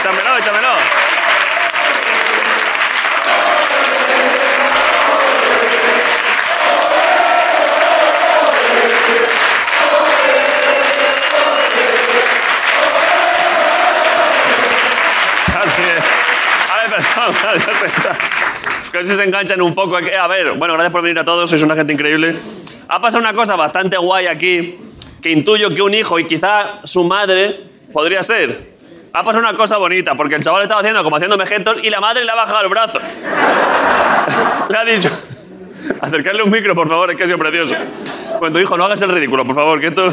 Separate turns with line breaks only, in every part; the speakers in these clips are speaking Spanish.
escúchamelo. Vale, perdón, ya se está. Es que si se enganchan un poco. eh, A ver, bueno, gracias por venir a todos, sois una gente increíble. Ha pasado una cosa bastante guay aquí, que intuyo que un hijo y quizá su madre podría ser. Ha pasado una cosa bonita, porque el chaval estaba haciendo como haciendo mejentos y la madre le ha bajado el brazo. Le ha dicho, acercarle un micro, por favor, es que ha sido precioso. Bueno, tu hijo, no hagas el ridículo, por favor, que esto...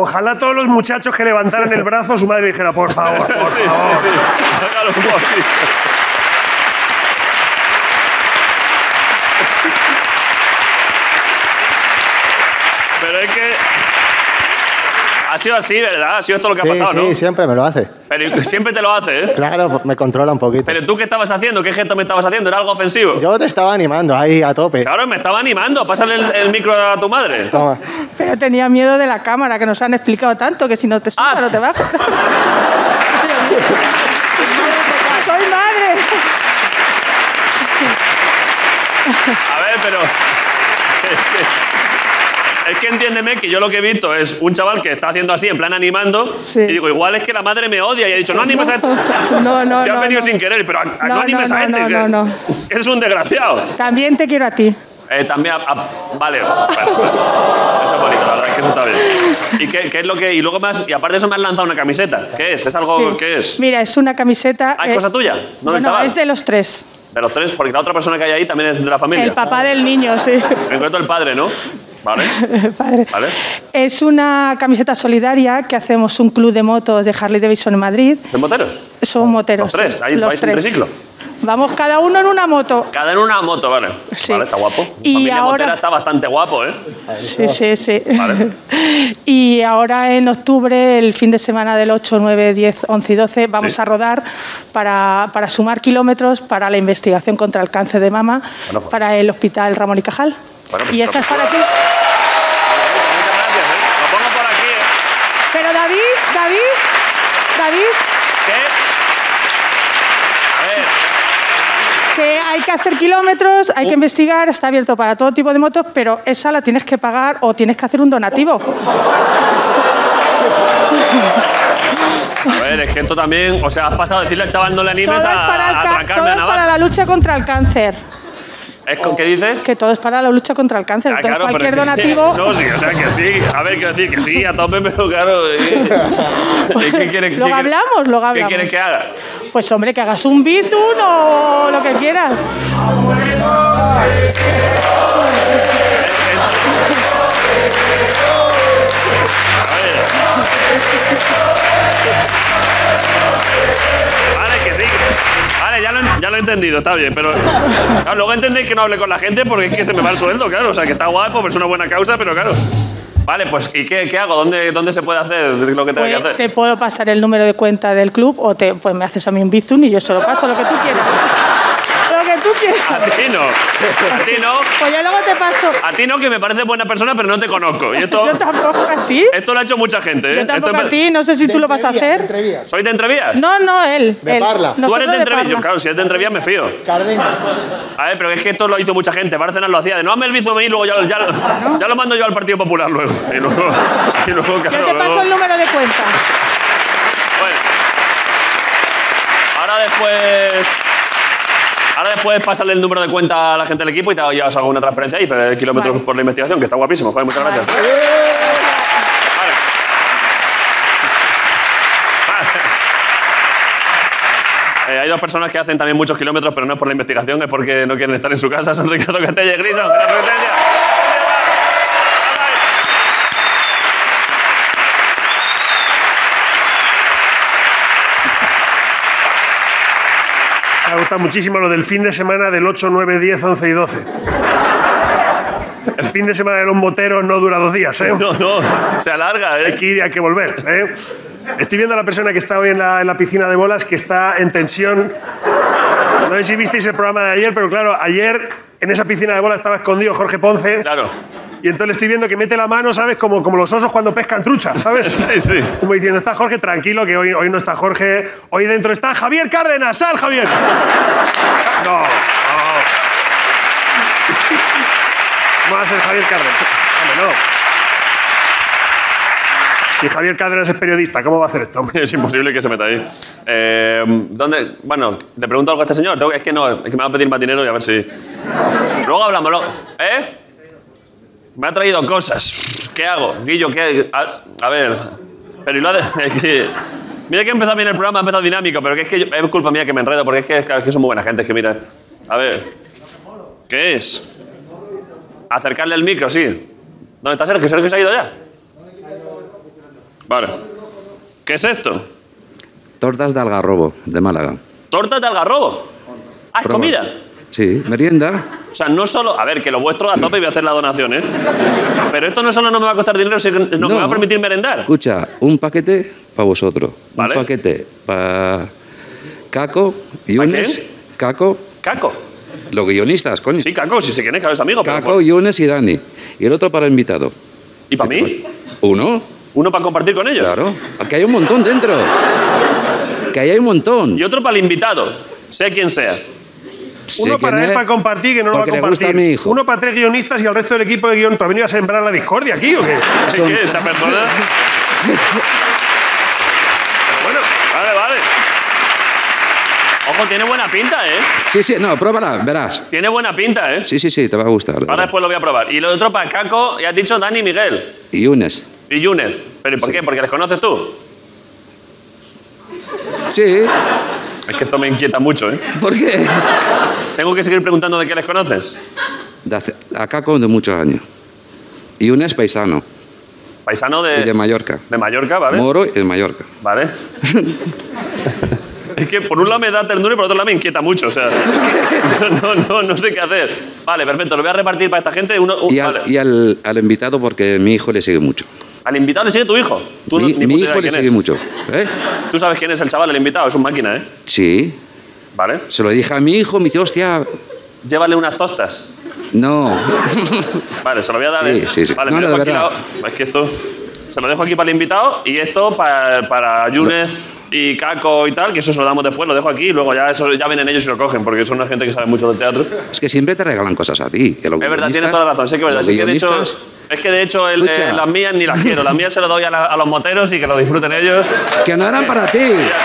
Ojalá todos los muchachos que levantaran el brazo, su madre dijera, por favor, por
Sí, sí,
favor.
sí. Hágalo un poquito. Pero es que. Ha sido así, ¿verdad? Ha sido esto lo que ha
Sí,
pasado,
sí,
¿no?
siempre me lo hace.
Pero siempre te lo hace, ¿eh?
pues
Claro, me controla un poquito.
Pero tú, ¿qué estabas haciendo? ¿Qué gesto me estabas haciendo? ¿Era algo ofensivo?
Yo te estaba animando ahí a tope.
Claro, me estaba animando. Pásale el, el micro a tu madre.
Toma.
Pero tenía miedo de la cámara, que nos han explicado tanto, que si no te subes
Ah.
no te bajas. ¡Soy madre!
A ver, pero. Es que entiéndeme que yo lo que he visto es un chaval que está haciendo así, en plan animando,
Sí.
y digo, igual es que la madre me odia y ha dicho, no animes a este.
No, no,
que
no,
has venido
no.
sin querer, pero a- a- no,
No, no,
animes a
no,
este.
no,
que-
no, no.
Es un desgraciado.
También te quiero a ti.
Eh, también. a- a- vale, vale, vale. Eso es bonito, la verdad es que eso está bien. ¿Y qué, qué es lo que.? Y luego más. Y aparte de eso me has lanzado una camiseta. ¿Qué es? ¿Es algo.?
Sí.
¿Qué es?
Mira, es una camiseta.
¿Ah, es
eh,
cosa tuya? No del
bueno,
chaval.
es de los tres.
De los tres, porque la otra persona que hay ahí también es de la familia.
El papá del niño, sí.
En concreto el padre, ¿no? Vale.
El padre.
Vale.
Es una camiseta solidaria que hacemos un club de motos de Harley Davidson en Madrid.
¿Son moteros?
Son moteros.
Los tres, ahí vais en triciclo.
Vamos cada uno en una moto.
Cada en una moto, vale.
Sí.
Vale, está guapo.
Y
Familia
ahora-
Motera está bastante guapo, ¿eh?
Sí, sí, sí.
Vale.
Y ahora en octubre, el fin de semana del 8, 9, 10, 11 y 12, vamos
Sí.
a rodar para, para sumar kilómetros para la investigación contra el cáncer de mama
Bueno, pues-
para el Hospital Ramón y Cajal.
Bueno, pues
y esa es para ti.
Muchas gracias, ¿eh? Lo pongo por aquí, ¿eh?
Pero David, David, David,
¿Qué? A ver,
que hay que hacer kilómetros, hay que
Uh.
investigar, está abierto para todo tipo de motos, pero esa la tienes que pagar o tienes que hacer un donativo.
¿eh? a ver, es que esto también... O sea, has pasado a decirle al chaval no le
Todo
animes
es
a,
para, el ca-
a
todo
atracarme a
es para
navaja.
la lucha contra el cáncer.
¿Es con qué dices?
Que todo es para la lucha contra el cáncer.
Ah,
Entonces,
claro, pero
cualquier
es que-
donativo.
No, sí, o sea, que sí. A ver, quiero decir que sí, a tope, pero claro... ¿eh? ¿Y ¿Qué quieres
Luego
qué quieres-
hablamos, luego
¿Qué
hablamos.
quieres que haga?
Pues hombre, que hagas un bizun o lo que quieras.
Vale, que sí. Vale, ya lo, he- ya lo he entendido, está bien, pero. Claro, luego entendéis que no hable con la gente porque es que se me va el sueldo, claro. O sea, que está guapo, pero es una buena causa, pero claro. Vale, pues ¿y qué, qué hago? ¿Dónde, ¿Dónde se puede hacer lo que tengo que
Pues
hacer?
te puedo pasar el número de cuenta del club o te, pues me haces a mí un bizun y yo se lo paso, lo que tú quieras. Lo que tú
A
quieras.
ti no. A ti no.
Pues yo luego te paso.
A ti no, que me pareces buena persona, pero no te conozco. Y esto,
Yo tampoco a ti.
esto lo ha hecho mucha gente, ¿eh?
Yo
Esto
tampoco
es-
a ti. No sé si tú lo vas a
De
hacer.
Entrevías,
¿Soy de Entrevías?
No, no, él.
De
él.
Parla.
Tú eres
Nosotros
de Entrevías. Yo,
Parla.
claro, si es de Entrevías, me fío.
Cardeña.
A ver, pero es que esto lo hizo mucha gente. Bárcenas lo hacía de no hazme el bizo a mí y luego ya, ya, ya lo mando yo al Partido Popular luego. Y luego, y luego, claro,
Yo te
luego-
paso el número de cuenta.
Bueno. Ahora después. Ahora después pásale el número de cuenta a la gente del equipo y te ya os hago una transferencia ahí, pero el kilómetro
Vale.
por la investigación, que está guapísimo. Joder, muchas gracias. Vale. Vale. Eh, hay dos personas que hacen también muchos kilómetros, pero no es por la investigación, es porque no quieren estar en su casa. Son Ricardo Catella y Grison. ¡La presencia!
Me gusta muchísimo lo del fin de semana del 8, 9, 10, 11 y 12. El fin de semana de los moteros no dura dos días, ¿eh?
No, no, se alarga,
Hay
¿eh?
que ir y hay que volver, ¿eh? Estoy viendo a la persona que está hoy en la, en la piscina de bolas que está en tensión. No sé si visteis el programa de ayer, pero claro, ayer en esa piscina de bolas estaba escondido Jorge Ponce.
Claro.
Y entonces le estoy viendo que mete la mano, ¿sabes? Como, como los osos cuando pescan trucha, ¿sabes?
Sí, sí.
Como diciendo, está Jorge, tranquilo, que hoy, hoy no está Jorge. Hoy dentro está Javier Cárdenas. ¡Sal, Javier! No, no. No va a ser Javier Cárdenas. Hombre, no. Si Javier Cárdenas es periodista, ¿cómo va a hacer esto, hombre?
Es imposible que se meta ahí. Eh, ¿Dónde? Bueno, le pregunto algo a este señor. Tengo- es que no, es que me va a pedir más dinero y a ver si. Luego hablamos, luego- ¿eh? Me ha traído cosas. ¿Qué hago? Guillo, ¿qué? A, a ver. Pero y lo ha de- es que- Mira que ha empezado bien el programa, ha empezado dinámico, pero que es que yo- es culpa mía que me enredo, porque es que, claro, es que son muy buena gente, es que mira. A ver. ¿Qué es? Acercarle el micro, sí. ¿Dónde está Sergio? ¿Sergio se ha ido ya? Vale. ¿Qué es esto?
Tortas de algarrobo, de Málaga.
Tortas de algarrobo. Ah, es
Prueba.
comida.
Sí, merienda.
O sea, no solo. A ver, que lo vuestro a tope y voy a hacer la donación, ¿eh? Pero esto no solo no me va a costar dinero, sino que no. me va a permitir merendar.
Escucha, un paquete para vosotros.
Vale.
Un paquete para Caco, Yunes,
quién?
Caco,
Caco.
los guionistas, coño.
Sí, Caco, si se quieren, claro, es amigo. pero
Caco, Yunes y Dani. Y el otro para el invitado.
¿Y para mí?
Uno,
Uno para compartir con ellos.
claro. Aquí hay un montón dentro. Que ahí hay un montón.
Y otro para el invitado. Sea quien sea.
Sé
Uno
quién
para él
es,
para compartir, que no lo va a
porque le gusta
compartir.
a mi hijo.
Uno para tres guionistas y al resto del equipo de guion. ¿Tú has venido a sembrar la discordia aquí o qué?
Es
Son-
que esta persona. Pero bueno, vale, vale. Ojo, tiene buena pinta, ¿eh?
Sí, sí, no, pruébala, verás.
Tiene buena pinta, ¿eh?
Sí, sí, sí, te va a gustar. de
Ahora
verdad.
después lo voy a probar. Y lo otro para Caco, ya has dicho Dani y Miguel.
Y Yunes.
Y Yunes. ¿Pero y por qué? ¿Porque les conoces tú?
Sí,
Es que esto me inquieta mucho, ¿eh?
¿por qué?
Tengo que seguir preguntando de qué les conoces.
De hace- a Caco de muchos años. Y un es paisano,
Paisano
y
de,
de Mallorca.
de Mallorca, ¿vale?
Moro y de Mallorca.
Vale. es que por un lado me da ternura y por otro lado me inquieta mucho, o sea. no, no, no sé qué hacer. Vale, perfecto, lo voy a repartir para esta gente. Uno, un-
Y, al,
vale.
y al- al invitado porque mi hijo le sigue mucho.
Al invitado le sigue tu hijo. Tú no-
mi
ni
mi
puta idea
hijo le
quién
sigue
es.
mucho. ¿eh?
Tú sabes quién es el chaval, el invitado, es un máquina, ¿eh?
Sí,
Vale.
se lo dije a mi hijo, me dice, hostia,
Llévale unas tostas.
no.
Vale, se lo voy a dar.
Sí,
¿eh?
sí, sí.
Vale,
No,
me
no,
dejo
de
aquí
verdad.
la- Es que esto. Se lo dejo aquí para el invitado y esto para, para Yunes y Caco y tal, que eso se lo damos después, lo dejo aquí y luego ya, eso, ya vienen ellos y lo cogen, porque son una gente que sabe mucho de teatro.
es que siempre te regalan cosas a ti. que los
Es verdad,
guionistas-
tienes toda la razón. Sí que es verdad.
los
Sí que de hecho,
guionistas-
es que de hecho el-
Escucha.
eh, las mías ni las quiero. Las mías se las doy a, la- a los moteros y que lo disfruten ellos.
que no eran para ti.
Ya está.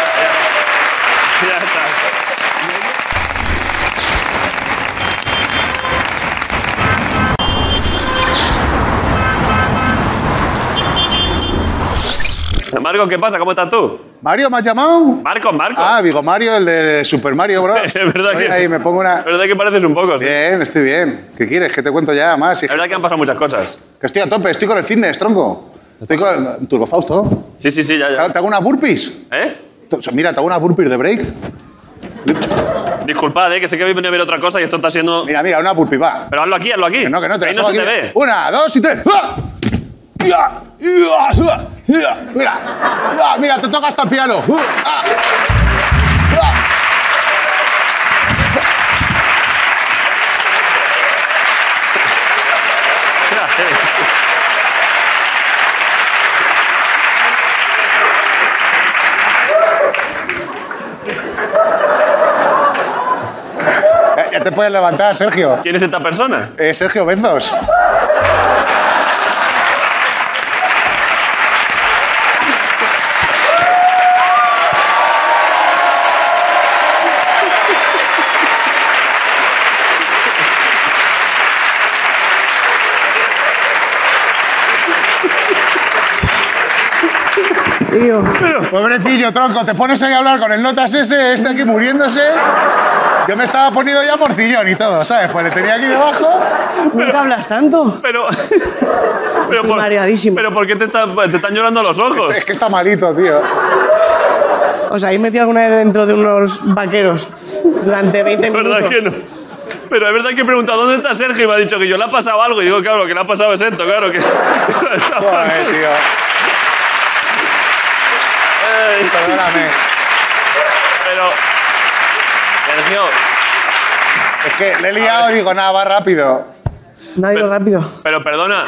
Marco, ¿qué pasa? ¿Cómo estás tú?
Mario, ¿me has llamado?
Marcos, Marcos.
Ah, digo Mario, el de Super Mario Bros.
Es verdad
Oye,
que-
Ahí me pongo
Es
una.
verdad que pareces un poco, sí. Es
Bien, estoy bien. ¿Qué quieres? ¿Qué te cuento ya más? Y-
verdad que han pasado muchas cosas.
Que estoy a tope, estoy con el fitness, tronco. Estoy con. Turbofausto.
Sí, sí, sí, ya, ya.
¿Te hago unas burpees?
¿Eh?
T- Mira, te hago unas burpees de break.
Disculpad, eh, que sé que habéis venido a ver otra cosa y esto está siendo...
Mira, mira, una burpee, va.
Pero hazlo aquí, hazlo aquí.
Que no, que no, te
Ahí
las
no
hago
se te
aquí.
ve.
Una, dos y tres. ¡Ah! ¡Ya! ¡Ya! ¡Ya! ¡Ya! Mira, ¡Ah! mira, te toca hasta el piano. ¡Uh! ¡Ah! ¡Ah! Ya- Eh, Ya te puedes levantar, Sergio.
¿Quién es esta persona?
Eh, Sergio Benzos. Pobrecillo, tronco, te pones ahí a hablar con el notas ese, este aquí muriéndose. Yo me estaba poniendo ya morcillón y todo, ¿sabes? Pues le tenía aquí debajo.
Nunca hablas tanto.
Pero. pero
Estoy mareadísimo.
Pero ¿por qué te, están- te están llorando los ojos?
Es que está malito, tío.
Os habéis metido alguna vez dentro de unos vaqueros durante 20
Es verdad
minutos.
que no. Pero es verdad que he preguntado dónde está Sergio y me ha dicho que yo le ha pasado algo. Y digo, claro, lo que le ha pasado es esto, claro. Que...
Joder, tío.
Ay,
Perdóname.
pero. Sergio,
Es que le he liado y digo, nada, va rápido.
No ha ido rápido.
Pero perdona,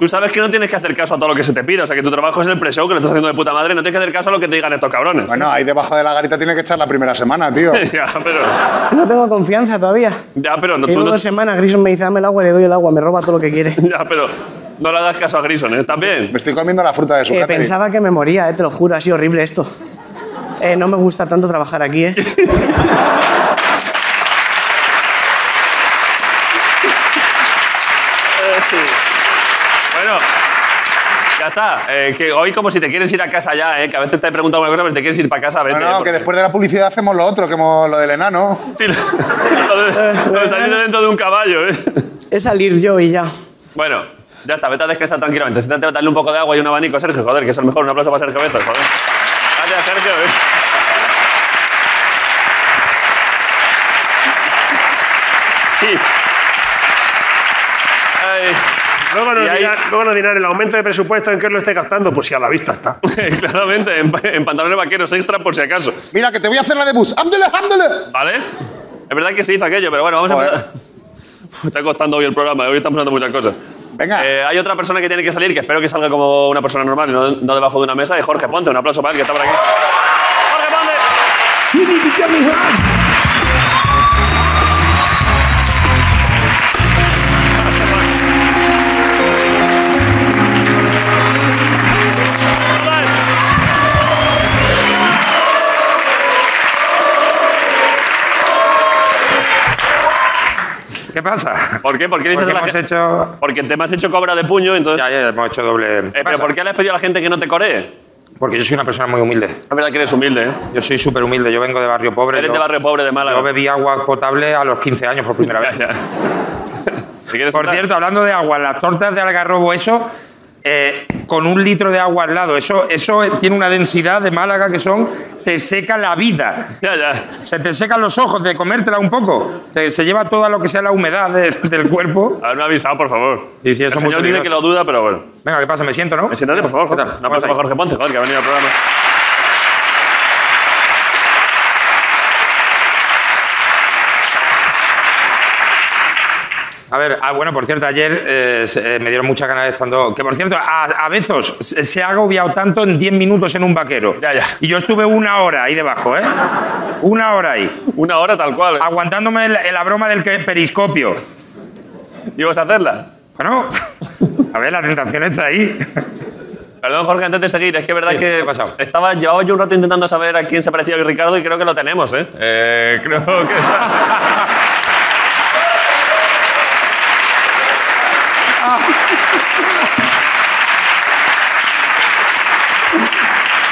tú sabes que no tienes que hacer caso a todo lo que se te pide. O sea, que tu trabajo es el pre-show, que lo estás haciendo de puta madre. No tienes que hacer caso a lo que te digan estos cabrones.
Bueno, ahí debajo de la garita tiene que echar la primera semana, tío.
ya, pero,
No tengo confianza todavía.
ya, pero no, tú
Llevo
no,
dos semanas, Grison me dice, dame el agua, le doy el agua, me roba todo lo que quiere.
ya, pero no le das caso a Grison, ¿eh? También.
Me estoy comiendo la fruta de su
Eh,
catering.
pensaba que me moría, eh, te lo juro, ha sido horrible esto. Eh, no me gusta tanto trabajar aquí, ¿eh?
Bueno, ya está. Eh, que hoy como si te quieres ir a casa ya, ¿eh? Que a veces te he preguntado una cosa, pero si te quieres ir para casa, vete.
No,
¿eh?
no,
Porque-
que después de la publicidad hacemos lo otro, que hemos, lo del enano.
Sí, lo, lo de, lo de salir de dentro de un caballo, ¿eh?
Es salir yo y ya.
Bueno, ya está, vete a descansar tranquilamente. Siéntate, darle un poco de agua y un abanico a Sergio, joder, que es el mejor. Un aplauso para Sergio Bezos, joder. Gracias, Sergio. ¿eh? Sí. Ay.
Luego nos,
Y ahí-
dirán, luego nos dirán el aumento de presupuesto en qué lo esté gastando. Pues si a la vista está.
Claramente, en, pa- en pantalones vaqueros extra por si acaso,
Mira, que te voy a hacer la de bus. ¡Ándale, ándale!
¿vale? Es verdad que se hizo aquello, pero bueno, vamos
Joder.
a empezar. Uf, está costando hoy el programa, hoy están pasando muchas cosas.
Venga.
Eh, hay otra persona que tiene que salir, que espero que salga como una persona normal y no, no debajo de una mesa, y Jorge Ponte, un aplauso para él que está por aquí. ¡Jorge Ponte!
¿Qué pasa?
¿Por qué? ¿Por qué le dices
Porque
a la
hemos
gente-
hecho...
Porque te me has hecho cobra de puño, entonces...
Ya, ya, hemos hecho doble...
Eh, ¿Pero
Pasa.
por qué le has pedido a la gente que no te coree? Es
Porque yo soy una persona muy humilde.
verdad que eres humilde, ¿eh?
Yo soy súper humilde, yo vengo de barrio pobre.
Eres
yo,
de barrio pobre de
Yo
Málaga.
bebí agua potable a los 15 años por primera
Ya,
vez.
ya. Si quieres
Por
entrar-
cierto, hablando de agua, las tortas de algarrobo, eso, eh, con un litro de agua al lado, eso, eso eh, tiene una densidad de Málaga que son, te seca la vida.
Ya, ya.
Se te secan los ojos de comértela un poco. Te- se lleva toda lo que sea la humedad de- del cuerpo.
Haberme avisado, por favor.
Sí, sí, eso
El
es muy
señor dice
peligroso.
que lo duda, pero bueno.
Venga, ¿qué pasa? Me siento, ¿no?
Siéntate, por favor,
¿Qué
Jorge.
tal?
Un aplauso
¿Cómo
para
estáis?
Jorge Ponce, joder, que ha venido al programa.
A ver, ah, bueno, por cierto, ayer eh, se- eh, me dieron muchas ganas de estando. Que por cierto, a, a Bezos se, se ha agobiado tanto en 10 minutos en un vaquero.
Ya, ya.
Y yo estuve una hora ahí debajo, ¿eh? Una hora ahí.
Una hora tal cual. ¿eh?
Aguantándome el- la broma del que- periscopio.
¿Ibas a hacerla?
Bueno, a ver, la tentación está ahí.
Perdón, Jorge, antes de seguir, es que es verdad
Sí,
que
¿qué ha pasado?
estaba, llevaba yo un rato intentando saber a quién se parecía hoy Ricardo y creo que lo tenemos, ¿eh? Eh, creo que...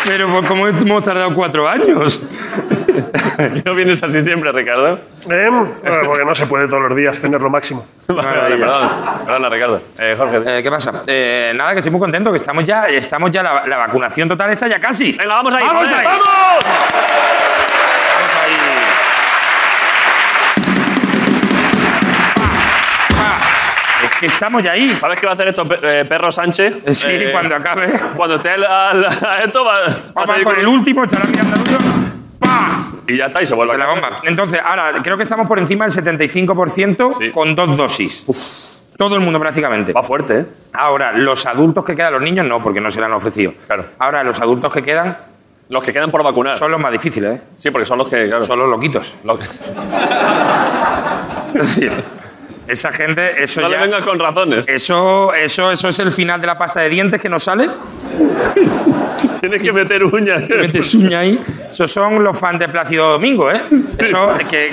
Pero pues, ¿cómo hemos tardado cuatro años?
no vienes así siempre, Ricardo.
¿Eh? Bueno, porque no se puede todos los días tener lo máximo.
Vale, vale, perdón. Perdona, Ricardo. Eh, Jorge.
Eh, ¿Qué pasa? Eh, nada, que estoy muy contento, que estamos ya, estamos ya la, la vacunación total está ya casi.
Venga, vamos ahí.
¡Vamos
joder,
ahí!
¡Vamos!
Vamos ahí. Pa, pa. Es que estamos ya ahí.
¿Sabes qué va a hacer esto pe- eh, Perro Sánchez?
Sí,
Eh,
cuando acabe.
Cuando esté al- al- a esto va, va a
Vamos
salir
con
con
el último, echará mi andalucho. ¡Pa!
Y ya está, y se vuelve
Se la
a casa.
bomba. Entonces, ahora creo que estamos por encima del 75%
Sí.
con dos dosis. Todo el mundo prácticamente.
Va fuerte, ¿eh?
Ahora, los adultos que quedan, los niños no, porque no se le han ofrecido.
Claro.
Ahora, los adultos que quedan
Los que quedan por vacunar.
son los más difíciles, ¿eh?
Sí, porque son los que, claro.
Son los loquitos.
los que-
Sí. Esa gente, eso
No le
ya-
vengas con razones.
Eso, eso, eso es el final de la pasta de dientes que nos sale.
Tienes que meter uñas.
Metes uña ahí. Esos son los fans de Plácido Domingo, ¿eh? Eso que,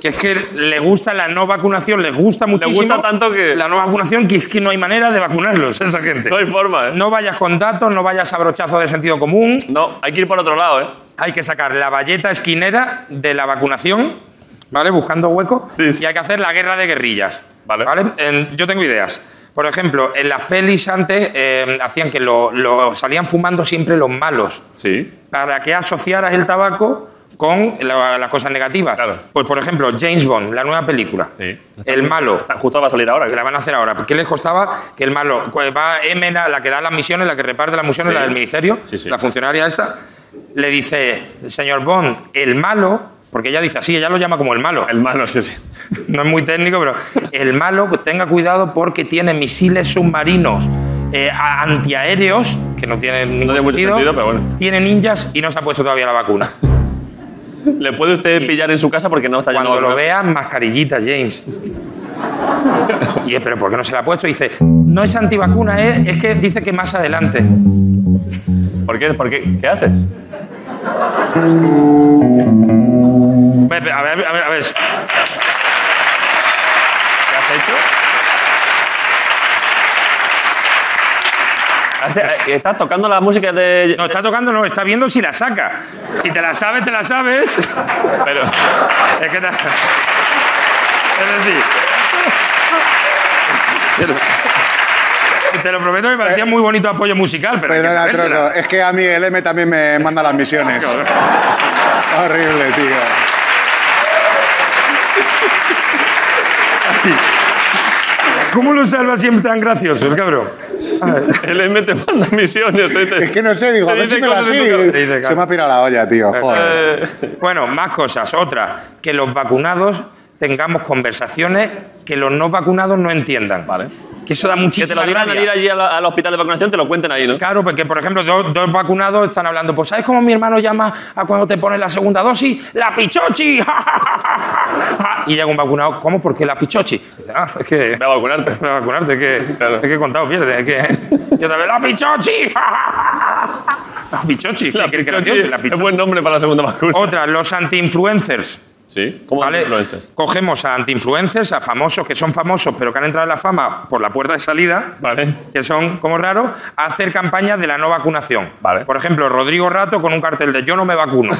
que es que le gusta la no vacunación, les gusta muchísimo.
gusta tanto que-
La no vacunación, que es que no hay manera de vacunarlos, esa gente.
No hay forma, ¿eh?
No vayas con datos, no vayas a brochazo de sentido común.
No, hay que ir por otro lado, ¿eh?
Hay que sacar la valleta esquinera de la vacunación, ¿vale? Buscando hueco.
Sí, sí.
Y hay que hacer la guerra de guerrillas.
Vale.
En- yo tengo ideas. Por ejemplo, en las pelis antes eh, hacían que lo, lo- salían fumando siempre los malos.
Sí.
Para que asociaras el tabaco con la- las cosas negativas.
Claro.
Pues, por ejemplo, James Bond, la nueva película.
Sí.
El malo.
Justo va a salir ahora. ¿eh?
Que la van a hacer ahora. ¿Por ¿Qué les costaba que el malo. pues, va M, la la que da las misiones, la que reparte las misiones,
Sí.
la del ministerio,
Sí, sí.
la funcionaria esta, le dice, señor Bond, el malo, porque ella dice así, ella lo llama como el malo.
El malo, sí, sí.
no es muy técnico, pero el malo, pues tenga cuidado porque tiene misiles submarinos eh, a- antiaéreos, que no tienen ningún
tiene mucho sentido, pero bueno.
Tiene ninjas y no se ha puesto todavía la vacuna.
Le puede usted pillar en su casa porque no está yendo
Cuando lo
a vacunarse.
veas, mascarillita, James. Y eh, pero ¿por qué no se la ha puesto? Y dice, no es antivacuna, ¿eh? es, es que dice que más adelante.
¿Por qué? ¿Por qué? ¿Qué haces?
Ve, ve, A ver, a ver, a ver.
¿Qué has hecho? Hace- eh, Estás tocando la música de...
No, está tocando, no, está viendo si la saca. Si te la sabes, te la sabes.
Pero...
Es que te- Es decir. Te lo prometo que me parecía muy bonito apoyo musical, pero. hay que
Perdona,
sabérsela.
Trono, es que a mí el M también me manda las misiones. Horrible, tío.
¿Cómo lo salva siempre tan gracioso, el cabrón?
El M te manda misiones. ¿eh? Te-
Es que no sé, digo,
Te
a ver
dice
si me la
cosas en
sí.
tu cabeza.
Te este. dice, claro. Eh,
Se me ha pirado la olla, tío. Joder.
Bueno, más cosas. Otra, que los vacunados tengamos conversaciones que los no vacunados no entiendan. Vale. Que eso da
Que
muchísima
te lo digan al
rabia.
ir allí a la- al hospital de vacunación, te lo cuenten ahí, ¿no?
Claro, porque por ejemplo, dos, dos vacunados están hablando. Pues, ¿sabes cómo mi hermano llama a cuando te pones la segunda dosis? ¡La pichochi! y llega un vacunado, ¿cómo? ¿Por qué la pichochi? Dice, Ah, es que.
Voy a vacunarte.
Para vacunarte, es que,
Claro.
es que he contado, pierde. Es que, y otra vez, ¡la pichochi! la pichochi,
La
¿qué- qué
pichochi
gracioso, la
es
pichochi.
buen nombre para la segunda vacuna.
Otra, los anti-influencers.
Sí, ¿cómo
¿vale?
influencers?
Cogemos a anti-influencers, a famosos que son famosos pero que han entrado en la fama por la puerta de salida,
Vale.
que son como raros, a hacer campañas de la no vacunación.
Vale.
Por ejemplo, Rodrigo Rato con un cartel de yo no me vacuno.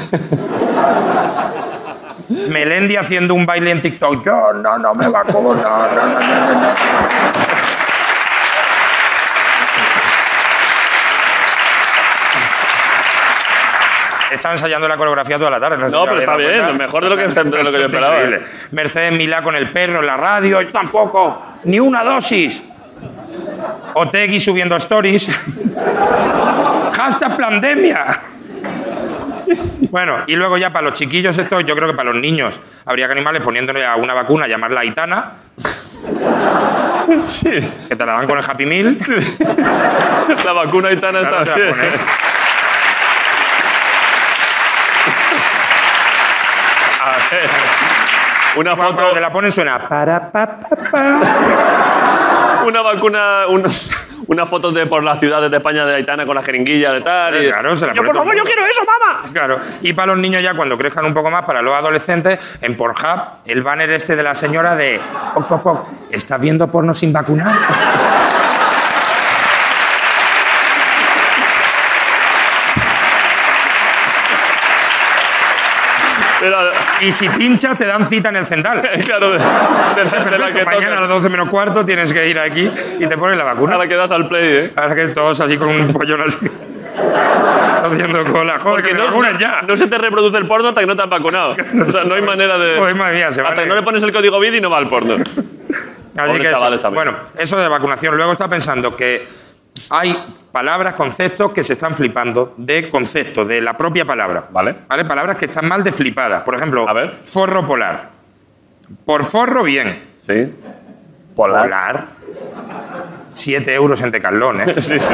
Melendi haciendo un baile en TikTok. Yo no, no me vacuno. no, no, no, no, no". He estado ensayando la coreografía toda la tarde. No, sé
No,
si
pero
habéis
está
dado
bien,
cuenta.
mejor de lo que- de lo que yo esperaba. eh.
Increíble. Mercedes Milá con el perro en la radio. Yo tampoco. Ni una dosis. Otegui subiendo stories. Hashtag pandemia. Bueno, y luego ya para los chiquillos esto, yo creo que para los niños habría que animarles poniéndole a una vacuna, llamarla Aitana. Sí. Que te la dan con el Happy Meal.
La vacuna gitana
Claro,
está
te la
bien.
pones.
Una
Cuando te
foto,
la ponen suena. Para, pa, pa, pa.
una vacuna, un- una foto de por las ciudades de España de Aitana con la jeringuilla de tal. Y,
Eh, Claro, se la
yo,
pone
por
todo el
favor, yo
mundo".
quiero eso, mamá.
Claro, y para los niños ya cuando crezcan un poco más, para los adolescentes, en Pornhub, el banner este de la señora de "Poc, poc, poc, ¿estás viendo porno sin vacunar?
Pero,
Y si pinchas te dan cita en el central.
claro, de, de la, de la que
Mañana a las
tocas,
12 menos cuarto tienes que ir aquí y te pones la
a
vacuna.
la que das al play, ¿eh?
Ahora que todos así con un pollón así. haciendo cola. Joder,
Porque
que me
no,
vacunen ya.
no se te reproduce el porno hasta que no te han vacunado. O sea, no hay manera de...
Joder, Pues madre mía, se van
hasta que
a-
no le pones el código BID y no va al porno.
Así
Pobres
que eso.
chavales también.
Bueno, eso de vacunación. Luego está pensando que hay palabras, conceptos que se están flipando de conceptos, de la propia palabra.
Vale.
¿Vale? Palabras que están mal de flipadas. Por ejemplo,
A ver.
forro polar. Por forro, bien.
Sí.
Polar. Siete euros en Decathlon, ¿eh?
Sí, sí.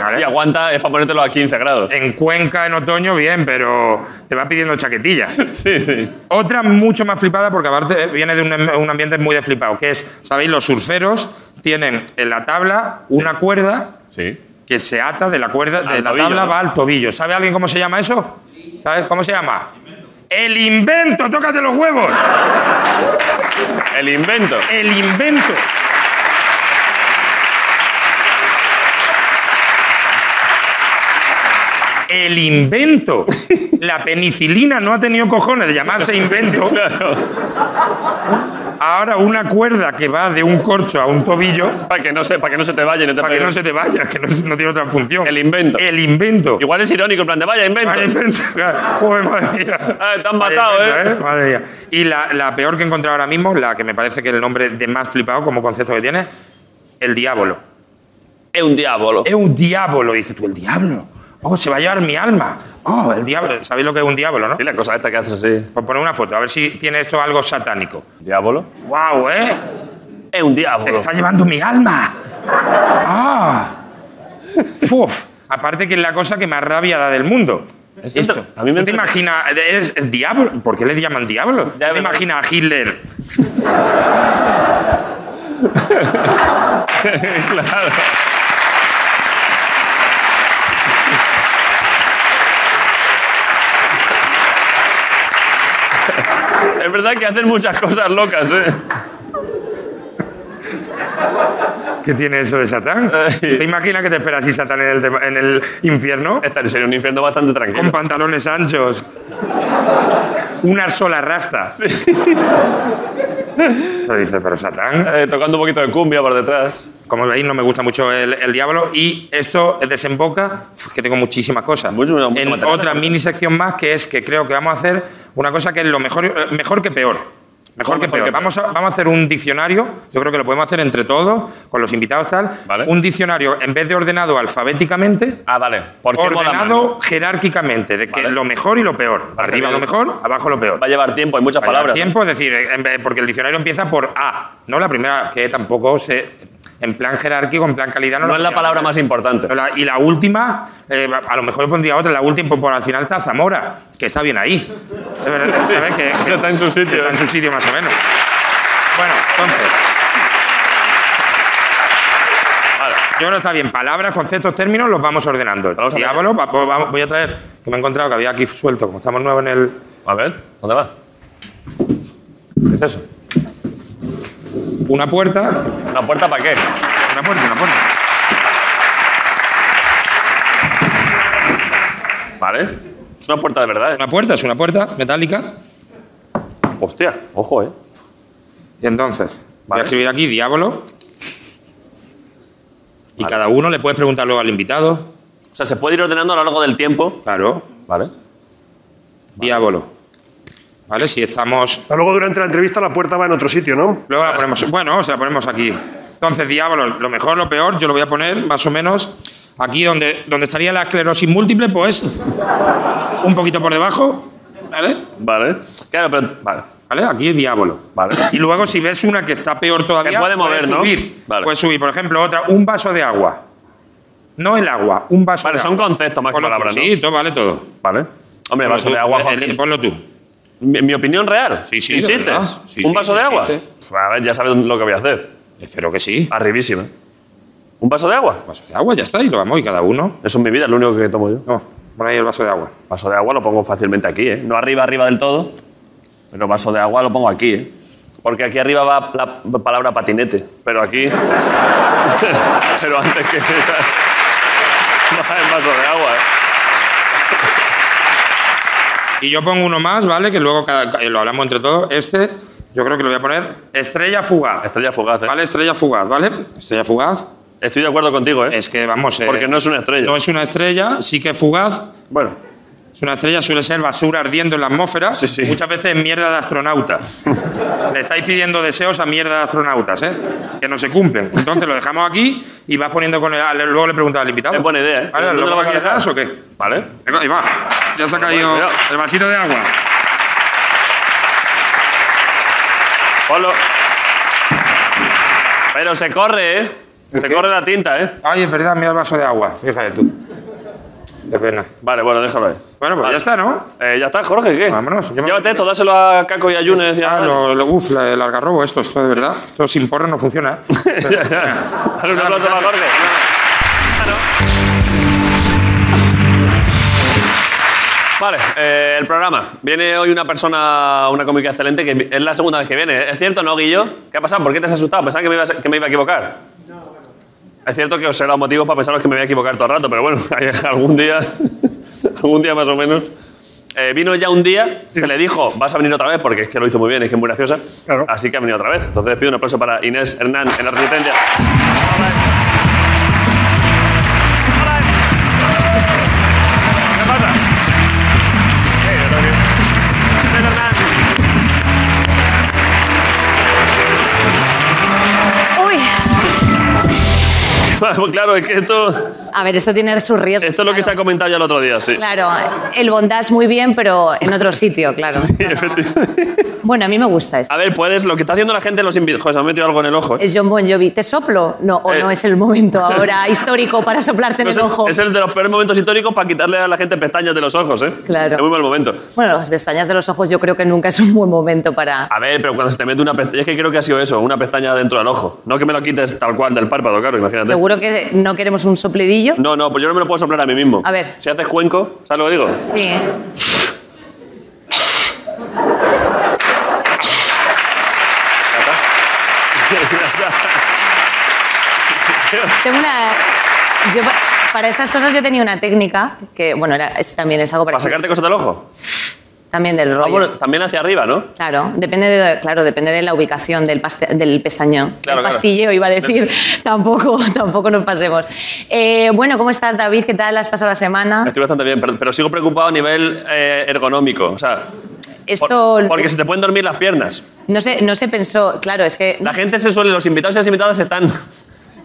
¿Vale?
Y aguanta, es para ponértelo a 15 grados.
En Cuenca, en otoño, bien, pero te va pidiendo chaquetilla.
Sí, sí.
Otra mucho más flipada, porque aparte viene de un, am- un ambiente muy de flipado, que es, ¿sabéis? Los surferos tienen en la tabla una cuerda
Sí.
que se ata de la cuerda, de
Al
la
tobillo,
tabla
¿no?
va al tobillo. ¿Sabe alguien cómo se llama eso? ¿Sabes cómo se llama? El invento, tócate los huevos.
El invento.
El invento. El invento. La penicilina no ha tenido cojones de llamarse invento. Ahora una cuerda que va de un corcho a un tobillo
Para que no se, para que no se te vaya y no te
para que
pegue.
no se te vaya, que no, no tiene otra función.
El invento.
El invento.
Igual es irónico, en plan de vaya, invento.
Vaya invento, claro. Joder, madre mía.
Ah, te han
Vaya
matado,
invento,
¿eh?
Madre mía. Y la, la peor que he encontrado ahora mismo, la que me parece que es el nombre de más flipado como concepto que tiene, el diablo.
Es un diablo.
Es un diablo, dices tú, el diablo. Oh, se va a llevar mi alma. Oh, el diablo. ¿Sabéis lo que es un diablo, no?
Sí, la cosa esta que haces así.
Pues poner una foto, a ver si tiene esto algo satánico.
¿Diablo?
¡Guau, eh!
Es un
Se
diablo.
está llevando mi alma. ¡Ah! ¡Fuf! Aparte que es la cosa que más rabia da del mundo.
Es
Esto.
cierto. A mí me
¿Tú te
entra-
imaginas? ¿Eres el diablo? ¿Por qué le llaman diablo?
Ya,
¿Tú ¿Te
verdad.
imaginas a Hitler?
claro. Es verdad que hacen muchas cosas locas, ¿eh?
¿Qué tiene eso de Satán?
Ay.
¿Te imaginas que te espera así Satán en el, de- en el infierno?
Esta sería un infierno bastante
Con
tranquilo.
pantalones anchos. Una sola rasta. Pero dice, pero Satán.
Eh, tocando un poquito de cumbia por detrás.
Como veis, no me gusta mucho el, el diablo. Y esto desemboca, uf, que tengo muchísimas cosas.
Mucho, mucho
en
material.
otra mini sección más, que es que creo que vamos a hacer una cosa que es lo mejor, eh, mejor que peor. Mejor
Mejor
que
que
peor.
peor.
Vamos, a, vamos a hacer un diccionario. Yo creo que lo podemos hacer entre todos, con los invitados tal.
Vale.
Un diccionario, en vez de ordenado alfabéticamente,
Ah, vale. ¿Por qué mola más?
ordenado jerárquicamente, de que
Vale.
lo mejor y lo peor.
Vale,
Arriba
bien.
lo mejor, abajo lo peor.
Va a llevar tiempo, hay muchas
Para llevar
palabras.
tiempo, es decir, en vez- porque el diccionario empieza por A, no la primera, que tampoco se. En plan jerárquico, en plan calidad.
No es la palabra más importante.
No la- y la última, eh, a lo mejor pondría otra, la última, pues, por al final está Zamora, que está bien ahí. Es verdad, ¿sabes? Que, que-
está en su sitio.
que está en su sitio más o menos. Bueno, entonces. Vale, Yo creo que está bien. Palabras, conceptos, términos, los vamos ordenando.
Vamos a ver.
Diablo, va- va- va- voy a traer, que me he encontrado que había aquí suelto, como estamos nuevos en el.
A ver, ¿dónde va?
¿Qué es eso? Una puerta.
¿La puerta para qué?
Una puerta, una puerta.
Vale. Es una puerta de verdad, ¿eh?
Una puerta, es una puerta metálica.
Hostia, ojo, ¿eh?
Y entonces, voy
Vale.
a escribir aquí diablo. Y cada uno le puedes preguntar luego al invitado.
O sea, se puede ir ordenando a lo largo del tiempo.
Claro.
Vale.
Diablo. ¿Vale? Si estamos.
Hasta Luego durante la entrevista la puerta va en otro sitio, ¿no?
Luego la ponemos. Bueno, se la ponemos aquí. Entonces, diablo, lo mejor, lo peor, yo lo voy a poner más o menos aquí donde, donde estaría la esclerosis múltiple, pues un poquito por debajo. ¿Vale?
Vale. Claro, pero. Vale.
¿Vale? Aquí es diablo.
Vale.
Y luego, si ves una que está peor todavía,
Se puede mover,
puedes
¿no?
subir.
Vale.
Puedes subir, por ejemplo, otra, un vaso de agua. No el agua, un vaso
Vale,
de
son
agua.
conceptos más que
Ponlo tú,
palabras, ¿no?
Sí, todo, vale todo.
Vale. Hombre,
Ponlo
vaso
tú,
de agua,
eh,
Joaquín.
eh, Ponlo tú.
Mi, mi opinión real.
Sí, sí,
Sin
de verdad.
chistes.
Sí,
Un
sí,
vaso
sin
de agua.
chiste.
Pf, A ver, ya sabes dónde- lo que voy a hacer.
Espero que sí.
Arribísima. Un vaso de agua.
Un vaso de agua, ya está, y lo vamos, y cada uno.
Eso es mi vida, es lo único que tomo yo.
No, pon ahí el vaso de agua.
Vaso de agua lo pongo fácilmente aquí, ¿eh? No arriba, arriba del todo. Pero vaso de agua lo pongo aquí, ¿eh? Porque aquí arriba va la palabra patinete. Pero aquí. pero antes que esa. Va el vaso de agua, ¿eh?
Y yo pongo uno más, ¿vale? Que luego cada- ca- eh, lo hablamos entre todos. Este, yo creo que lo voy a poner estrella fugaz.
Estrella fugaz, ¿eh?
¿Vale? Estrella fugaz, ¿vale? Estrella fugaz.
Estoy de acuerdo contigo, ¿eh?
Es que, vamos. eh,
Porque no es una estrella.
no es una estrella, sí que es fugaz,
Bueno,
Es una estrella, suele ser basura ardiendo en la atmósfera.
Sí, sí.
Muchas veces mierda de astronauta. Le estáis pidiendo deseos a mierda de astronautas, ¿eh? Que no se cumplen. Entonces lo dejamos aquí y vas poniendo con el. al- Luego le preguntas al invitado.
es buena idea, ¿eh?
Vale,
¿Dónde
¿Lo
lo
vas
vas a dejar?
o qué?
¿Vale?
Ahí va, ahí va. Ya se ha caído
cuidado.
el vasito de agua.
Ponlo. Pero se corre, ¿eh? Se
qué?
corre la tinta, ¿eh?
Ay, es verdad, mira el vaso de agua. Fíjate tú. Qué pena.
Vale, bueno, déjalo ahí.
Bueno, pues
Vale.
ya está, ¿no?
Eh, ya está, Jorge, ¿qué?
Vámonos, yo me-
Llévate esto, dáselo a Caco y a Yunes.
Ah,
Ya,
lo, lo- uf, la- el algarrobo, esto, esto de verdad. Esto sin porro no funciona. ¿eh?
Ya, ya. Dale un aplauso para Jorge. Vale, eh, el programa. Viene hoy una persona, una cómica excelente, que es la segunda vez que viene. ¿Es cierto, no, Guillo? ¿Qué ha pasado? ¿Por qué te has asustado? ¿Pensabas que me, ibas- que me iba a equivocar? Es cierto que os he dado motivos para pensaros que me voy a equivocar todo el rato, pero bueno, algún día, algún día más o menos. Eh, vino ya un día, se le dijo, vas a venir otra vez, porque es que lo hizo muy bien, es que es muy graciosa.
Claro.
Así que ha venido otra vez. Entonces pido un aplauso para Inés Hernán en la Resistencia. Hola, eh. ¿Qué pasa? Eh, yo creo que- Inés Hernán.
Uy,
Claro, claro, es que esto
A ver, esto tiene sus riesgos.
Esto es lo que se ha comentado ya el otro día, sí.
Claro, el bondage muy bien, pero en otro sitio, claro. Bueno, a mí me gusta esto.
A ver, puedes, lo que está haciendo la gente en los invitados. Joder, se me ha metido algo en el ojo. ¿eh?
Es John Bon Jovi. ¿Te soplo? No, o
Eh.
no es el momento ahora histórico para soplarte en
No
el
sé,
ojo.
es el de los peores momentos históricos para quitarle a la gente pestañas de los ojos, ¿eh?
Claro.
Es muy mal momento.
Bueno, las pestañas de los ojos yo creo que nunca es un buen momento para...
A ver, pero cuando se te mete una pestaña, es que creo que ha sido eso, una pestaña dentro del ojo. No que me lo quites tal cual del párpado, claro, imagínate.
Seguro que no queremos un soplidillo.
No, no, pues yo no me lo puedo soplar a mí mismo.
A ver.
Si haces cuenco, ¿sabes lo que digo?
Sí, ¿eh? Tengo una... yo pa- para estas cosas yo tenía una técnica que, bueno, era, es- también es algo para...
¿Para sacarte cosas del ojo?
También del
Ah,
rollo.
bueno, también hacia arriba, ¿no?
Claro, depende de, claro, depende de la ubicación del, paste- del pestañón.
Claro, claro.
el pastilleo iba a decir. tampoco, tampoco nos pasemos. Eh, bueno, ¿cómo estás, David? ¿Qué tal has pasado la semana?
Estoy bastante bien, pero, pero sigo preocupado a nivel eh, ergonómico. O sea, por-
Esto
porque se te pueden dormir las piernas.
no, se, no se pensó, claro, es que...
La gente se suele, los invitados y las invitadas están...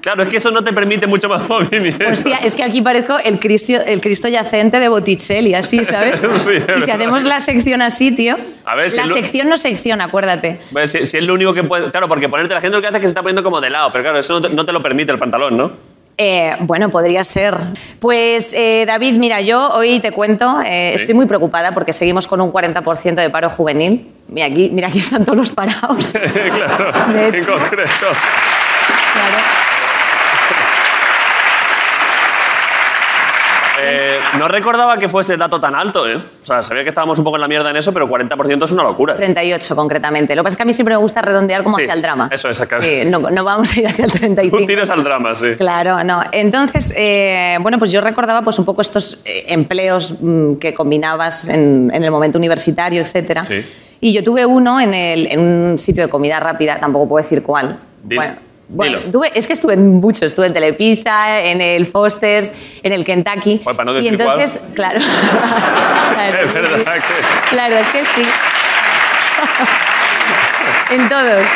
Claro, es que eso no te permite mucho más movimiento.
Hostia, Pues es que aquí parezco el Cristo, el Cristo yacente de Botticelli, así, ¿sabes?
Sí, es
y si
verdad.
hacemos la sección así, tío.
A ver, si
la
lo-
sección no sección, acuérdate.
Bueno, si, si es lo único que puede... Claro, porque ponerte la gente lo que hace es que se está poniendo como de lado, pero claro, eso no te, no te lo permite el pantalón, ¿no?
Eh, bueno, podría ser. Pues eh, David, mira, yo hoy te cuento, eh,
Sí.
estoy muy preocupada porque seguimos con un 40% de paro juvenil. Mira aquí, mira, aquí están todos los parados.
claro,
De hecho.
concreto.
Claro.
Eh, no recordaba que fuese dato tan alto, ¿eh? O sea, sabía que estábamos un poco en la mierda en eso, pero 40% es una locura.
38 concretamente. Lo que pasa es que a mí siempre me gusta redondear como
Sí,
hacia el drama.
eso es, acá.
Sí, no, no vamos a ir hacia el 35.
Un tiro es al drama, sí.
Claro, no. Entonces, eh, bueno, pues yo recordaba pues un poco estos eh, empleos mm, que combinabas en, en el momento universitario, etcétera.
Sí.
Y yo tuve uno en, el- en un sitio de comida rápida, tampoco puedo decir cuál.
Dilo,
bueno,
dilo.
tuve- es que estuve en muchos, estuve en Telepisa, en el Foster's, en el Kentucky.
Joder, para no
y
decir cuál.
entonces, claro. Claro,
Es
sí,
verdad
sí.
que-
Claro, es que sí. En todos.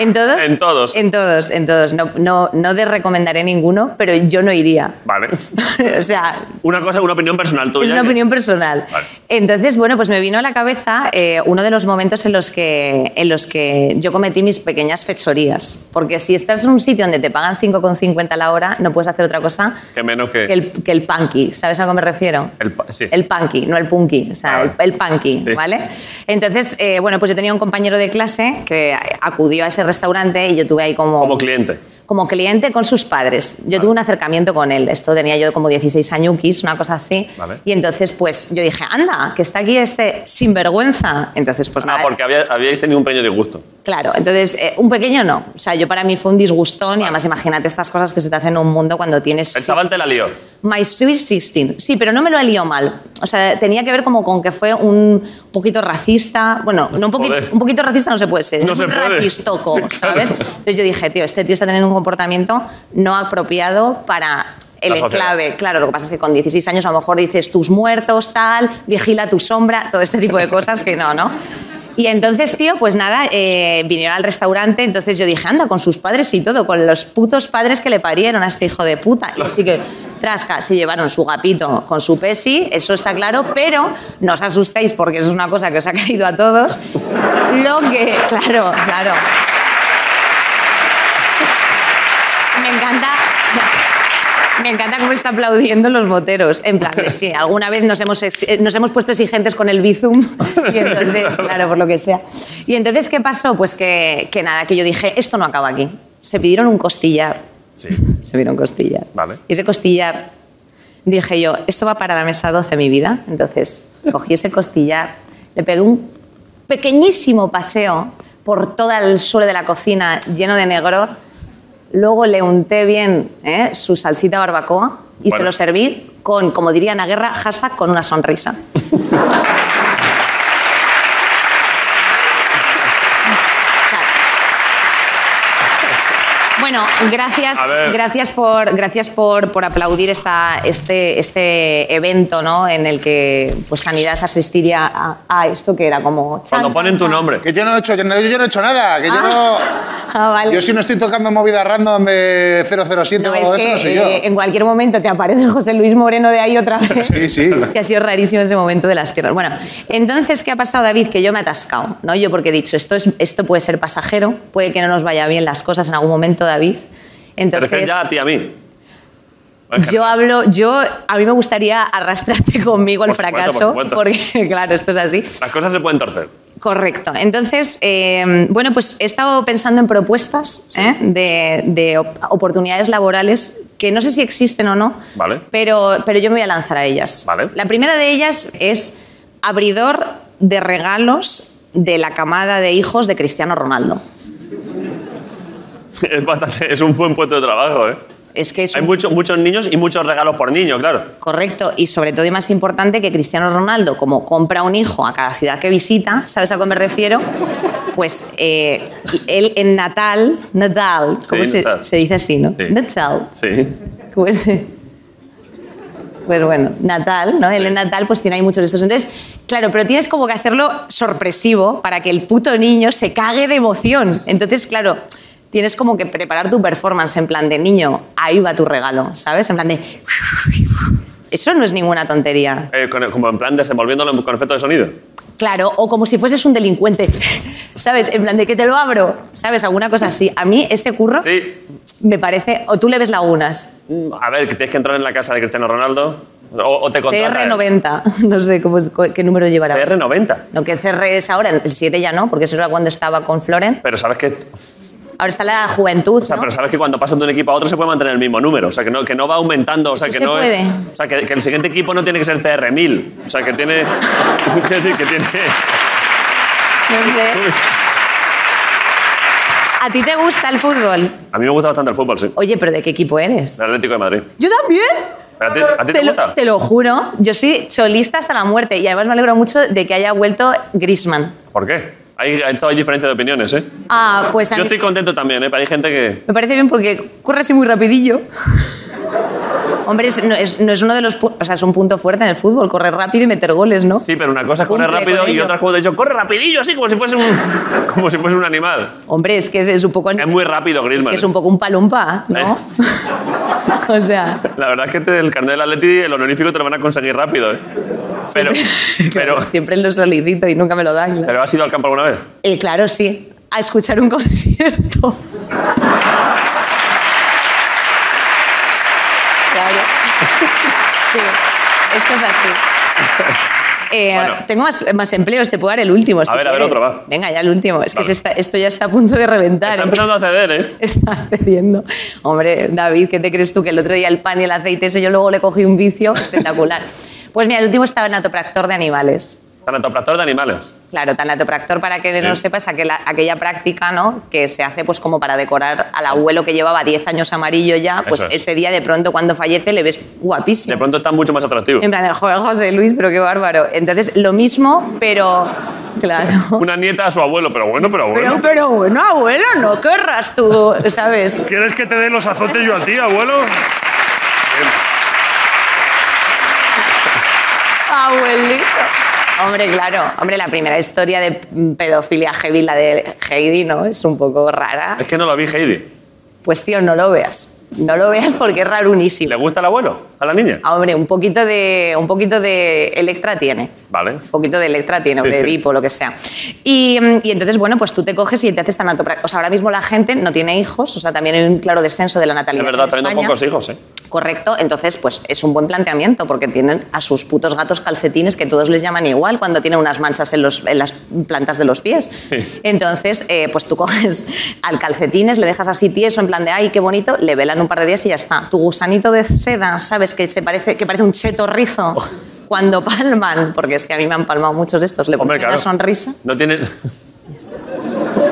¿En todos?
En todos.
En todos, en todos. No, no, no te recomendaré ninguno, pero yo no iría.
Vale.
o sea,
Una cosa, una opinión personal tuya.
es una
que-
opinión personal.
Vale.
Entonces, bueno, pues me vino a la cabeza eh, uno de los momentos en los, que, en los que yo cometí mis pequeñas fechorías. Porque si estás en un sitio donde te pagan 5,50 la hora, no puedes hacer otra cosa
Que menos que...
que el, que el punky. ¿Sabes a qué me refiero?
El pa- sí.
El punky, no el punky. O sea,
Ah,
el, el punky,
sí.
¿vale? Entonces, eh, bueno, pues yo tenía un compañero de clase que acudió a ese restaurante y yo tuve ahí
Como cliente.
como cliente con sus padres. Yo tuve un acercamiento con él. Esto tenía yo como 16 añuquis, una cosa así.
Vale.
Y entonces, pues yo dije, anda, que está aquí este sinvergüenza. Entonces, pues
Ah,
nada.
porque había- habíais tenido un pequeño disgusto.
Claro, entonces, eh, un pequeño no. O sea, yo para mí fue un disgustón y además imagínate estas cosas que se te hacen en un mundo cuando tienes.
El chaval te la lió.
My Sweet 16. Sí, pero no me lo alió mal. O sea, tenía que ver como con que fue un poquito racista. Bueno, no un, poqui-
Joder.
un poquito racista no se puede ser.
No
es
se
un
puede.
racistoco,
Claro.
¿sabes? Entonces yo dije, tío, este tío está teniendo un comportamiento no apropiado para el
La sociedad.
enclave. Claro, lo que pasa es que con 16 años a lo mejor dices tus muertos, tal, vigila tu sombra, todo este tipo de cosas que no, ¿no? Y entonces, tío, pues nada, eh, vinieron al restaurante, entonces yo dije, anda, con sus padres y todo, con los putos padres que le parieron a este hijo de puta. Y así que, trasca, se llevaron su gapito con su pesi, eso está claro, pero no os asustéis porque eso es una cosa que os ha caído a todos. Lo que, claro, claro. Me encanta. Me encanta cómo está aplaudiendo los moteros. En plan, de, sí, alguna vez nos hemos, ex- eh, nos hemos puesto exigentes con el bizum. Y entonces, claro, por lo que sea. Y entonces, ¿qué pasó? Pues que, que nada, que yo dije, esto no acaba aquí. Se pidieron un costillar.
Sí.
Se pidieron costillar.
Vale.
Y ese costillar, dije yo, esto va para la mesa 12 mi vida. Entonces, cogí ese costillar, le pegué un pequeñísimo paseo por todo el suelo de la cocina lleno de negror. Luego le unté bien ¿eh? su salsita barbacoa y se
Bueno.
lo serví con, como diría Ana Guerra, hashtag con una sonrisa. Claro. Bueno, gracias,
A ver.
gracias por, gracias por, por aplaudir esta, este, este evento, ¿no? En el que pues sanidad asistiría a, a esto que era como. chan,
Cuando
chan,
ponen tu
chan.
nombre.
Que yo no he hecho, yo no, yo no he hecho nada, que yo no...
Ah, vale.
Yo si no estoy tocando movida random de 007
No,
o
es
algo de
que
eso, no soy
eh, en cualquier momento te aparece José Luis Moreno de ahí otra vez.
yo. Sí, sí.
Que ha sido rarísimo ese momento de las piernas. Bueno, entonces, ¿qué ha pasado, David? Que yo me he atascado, ¿no? Yo porque he dicho, esto, es, esto puede ser pasajero, puede que no nos vaya bien las cosas en algún momento, David.
Te refieres
Entonces,
ya a ti, a mí.
yo hablo, yo, a mí me gustaría arrastrarte conmigo al
Por supuesto,
fracaso,
por supuesto.
porque, claro, esto es así.
Las cosas se pueden torcer.
Correcto. Entonces, eh, bueno, pues he estado pensando en propuestas ¿eh? de, de op- oportunidades laborales que no sé si existen o no,
Vale.
pero, pero yo me voy a lanzar a ellas.
Vale.
La primera de ellas es abridor de regalos de la camada de hijos de Cristiano Ronaldo.
Es, bastante, es un buen puesto de trabajo, ¿eh?
Es que es
Hay
un-
muchos muchos niños y muchos regalos por niño, claro.
correcto y sobre todo y más importante que Cristiano Ronaldo, como compra un hijo a cada ciudad que visita, ¿sabes a qué me refiero? Pues eh, él en Natal, Natal, ¿cómo se,
Natal.
se dice así, no?
Sí.
Natal.
Sí.
Pues, pues bueno, Natal, ¿no? El Natal pues tiene ahí muchos de estos. Entonces, claro, pero tienes como que hacerlo sorpresivo para que el puto niño se cague de emoción. Entonces, claro, tienes como que preparar tu performance en plan de niño, ahí va tu regalo, ¿sabes? En plan de... Eso no es ninguna tontería.
Eh, con- como en plan desenvolviéndolo con efecto de sonido.
Claro, o como si fueses un delincuente, ¿sabes? En plan de que te lo abro, ¿sabes? Alguna cosa así. A mí ese curro
Sí.
me parece... O tú le ves lagunas.
Mm, A ver, que tienes que entrar en la casa de Cristiano Ronaldo o, o te contrata. él.
CR90, no sé cómo es- qué número llevará.
CR90.
No, que CR es ahora, el 7 ya no, porque eso era cuando estaba con Floren.
Pero sabes que,
Ahora está la juventud.
o sea,
¿no?
pero sabes que cuando pasas de un equipo a otro se puede mantener el mismo número. O sea, que no, que no va aumentando. O sea,
Eso
que
se
no es.
puede.
O sea, que, que el siguiente equipo no tiene que ser CR1000. O sea, que tiene. Quiero decir, que tiene.
No sé. ¿A ti te gusta el fútbol?
A mí me gusta bastante el fútbol, sí.
Oye, pero ¿de qué equipo eres?
El Atlético de Madrid.
Yo también.
¿Pero a ti- a ti te
lo-
gusta?
te lo juro, yo soy cholista hasta la muerte y además me alegro mucho de que haya vuelto Grisman.
¿Por qué? Hay, hay, hay diferencia de opiniones, ¿eh?
Ah, pues a
Yo
mí-
estoy contento también, ¿eh? Pero hay gente que.
Me parece bien porque corre así muy rapidillo. Hombre, es- no, es, no es uno de los... pu- O sea, es un punto fuerte en el fútbol, correr rápido y meter goles, ¿no?
Sí, pero una cosa es correr
Cumple
rápido
con
y
ello.
otra es como te he dicho, corre rapidillo, así como si fuese un, como si fuese un animal.
Hombre, es que es, es un poco...
Es muy rápido,
Es
Griezmann.
que es un poco un palumpa, ¿no? o sea,
La verdad es que te- el carnet del Atleti, el honorífico, te lo van a conseguir rápido, ¿eh? Pero, pero,
siempre lo solicito y nunca me lo dan. Claro,
pero ¿has ido al campo alguna vez?
Eh, claro sí, a escuchar un concierto. claro. Sí, esto es así. Eh,
Bueno.
Tengo más, más empleos, te puedo dar el último. si
ver, a ver,
quieres.
otro, va.
Venga, ya el último. Es que
Vale.
se está- esto ya está a punto de reventar.
Está
¿eh?
empezando a ceder, ¿eh?
está cediendo. Hombre, David, ¿qué te crees tú? Que el otro día el pan y el aceite ese yo luego le cogí un vicio espectacular. Pues mira, el último estaba en atopractor de animales.
Tanatopractor de animales.
Claro, tanatopractor, para que no
Sí.
sepas, aquella, aquella práctica ¿no? que se hace pues como para decorar al abuelo que llevaba 10 años amarillo ya, pues
Eso es.
ese día de pronto cuando fallece le ves
De
guapísimo.
pronto está mucho más atractivo.
En plan, de, joder, José Luis, pero qué bárbaro. Entonces, lo mismo, pero... Claro.
Una nieta a su abuelo, pero bueno, pero bueno.
Pero, pero bueno, abuelo, no querrás tú, ¿sabes?
¿Quieres que te dé los azotes yo a ti, abuelo?
Abuelito. Hombre, claro. Hombre, la primera historia de mm, pedofilia heavy, la de Heidi, ¿no? Es un poco rara.
Es que no lo vi, Heidi.
Pues, tío, no lo veas. No lo veas porque es
¿Le
rarunísimo.
gusta el abuelo? ¿A la niña?
Ah, Hombre, un poquito de, un poquito de Electra tiene.
Vale.
Un poquito de Electra tiene, o
Sí,
de
sí.
Edipo, lo que sea. Y, mm, y entonces, bueno, pues tú te coges y te haces tanatoprac- O sea, ahora mismo la gente no tiene hijos, o sea, también hay un claro descenso de la
Es
natalidad.
verdad,
en
teniendo
España. pues
pocos hijos, ¿eh?
Correcto, entonces pues es un buen planteamiento porque tienen a sus putos gatos calcetines que todos les llaman igual cuando tienen unas manchas en, los- en las plantas de los pies. Entonces eh, pues tú coges al calcetines, le dejas así tieso en plan de ay qué bonito, le velan un par de días y ya está. Tu gusanito de seda, sabes que se parece que parece un cheto rizo cuando palman, porque es que a mí me han palmado muchos de estos. Le
Hombre,
pones una
claro.
sonrisa.
No tiene.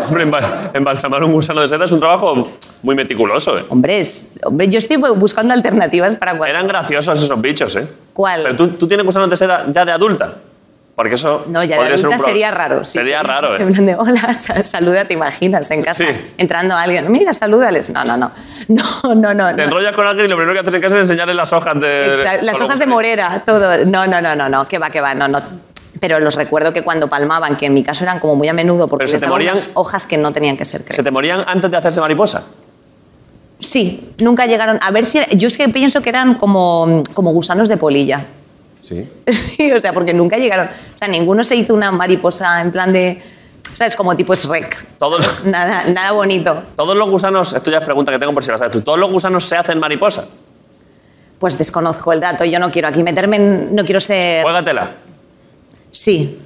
Hombre, embal- embalsamar un gusano de seda es un trabajo muy meticuloso, ¿eh?
Hombre, es- hombre, yo estoy buscando alternativas para cuando
Eran graciosos esos bichos, ¿eh?
¿Cuál?
Pero tú, tú tienes gusanos de seda ya de adulta. Porque eso
No, ya de
podría ser un
adulta
pro-
sería raro. sí,
sería
sí.
raro,
En
¿eh?
plan de, hola, sa- saluda, te imaginas en casa,
Sí.
entrando alguien, mira, salúdales. No, no, no. No, no, no.
Te
no.
enrollas con alguien y lo primero que haces en casa es enseñarle las hojas de...
Exacto, Las
con los
hojas de morera, todo. No, no, no, no, no, que va, que va, no, no. Pero los recuerdo que cuando palmaban, que en mi caso eran como muy a menudo porque
Pero se
les
te
daban
morían-
unas hojas que no tenían que ser, creo.
¿Se te morían antes de hacerse mariposa?
Sí, nunca llegaron. A ver si. Yo es que pienso que eran como, como gusanos de polilla.
Sí.
Sí, o sea, porque nunca llegaron. O sea, ninguno se hizo una mariposa en plan de. ¿Sabes? Como tipo Shrek.
Todos,
Nada, nada bonito.
todos los gusanos... Esto ya es pregunta que tengo por si la sabes tú. ¿Todos los gusanos se hacen mariposa?
Pues desconozco el dato. Yo no quiero aquí meterme en. No quiero ser.
Juégatela.
Sí.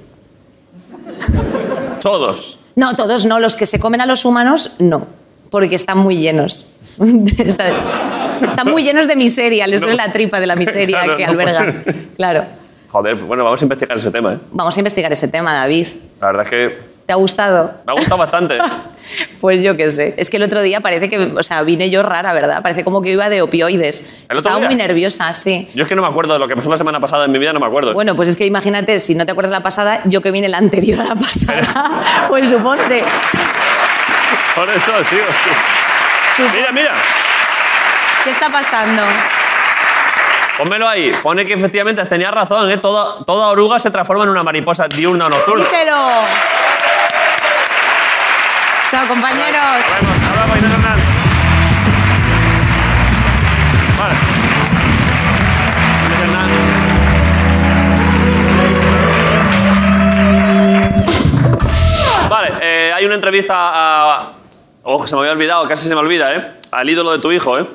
Todos.
No, todos no. Los que se comen a los humanos, no. Porque están muy llenos. están, están muy llenos de miseria. Les duele la tripa de la miseria
Claro,
que
no
alberga.
puede.
Claro.
Joder, pues bueno, vamos a investigar ese tema, ¿eh?
Vamos a investigar ese tema, David.
La verdad es que
¿Te ha gustado?
me ha gustado bastante.
Pues yo qué sé. Es que el otro día parece que, o sea, vine yo rara, ¿verdad? Parece como que iba de opioides.
¿El otro
Estaba
día?
muy nerviosa, sí.
Yo es que no me acuerdo de lo que pasó la semana pasada en mi vida, no me acuerdo.
Bueno, pues es que imagínate, si no te acuerdas la pasada, yo que vine la anterior a la pasada. pues suponte. pues-
Por eso, tío. Mira, mira.
¿Qué está pasando?
Pónmelo ahí. Pone que efectivamente tenía razón, ¿eh? Toda, toda oruga se transforma en una mariposa diurna o nocturna.
Díselo. Chao, compañeros.
Nos vemos. Hasta luego, Inés Hernández. Vale. Inés Hernández. Vale, eh, hay una entrevista a... Oh, se me había olvidado, casi se me olvida, ¿eh? Al ídolo de tu hijo, ¿eh?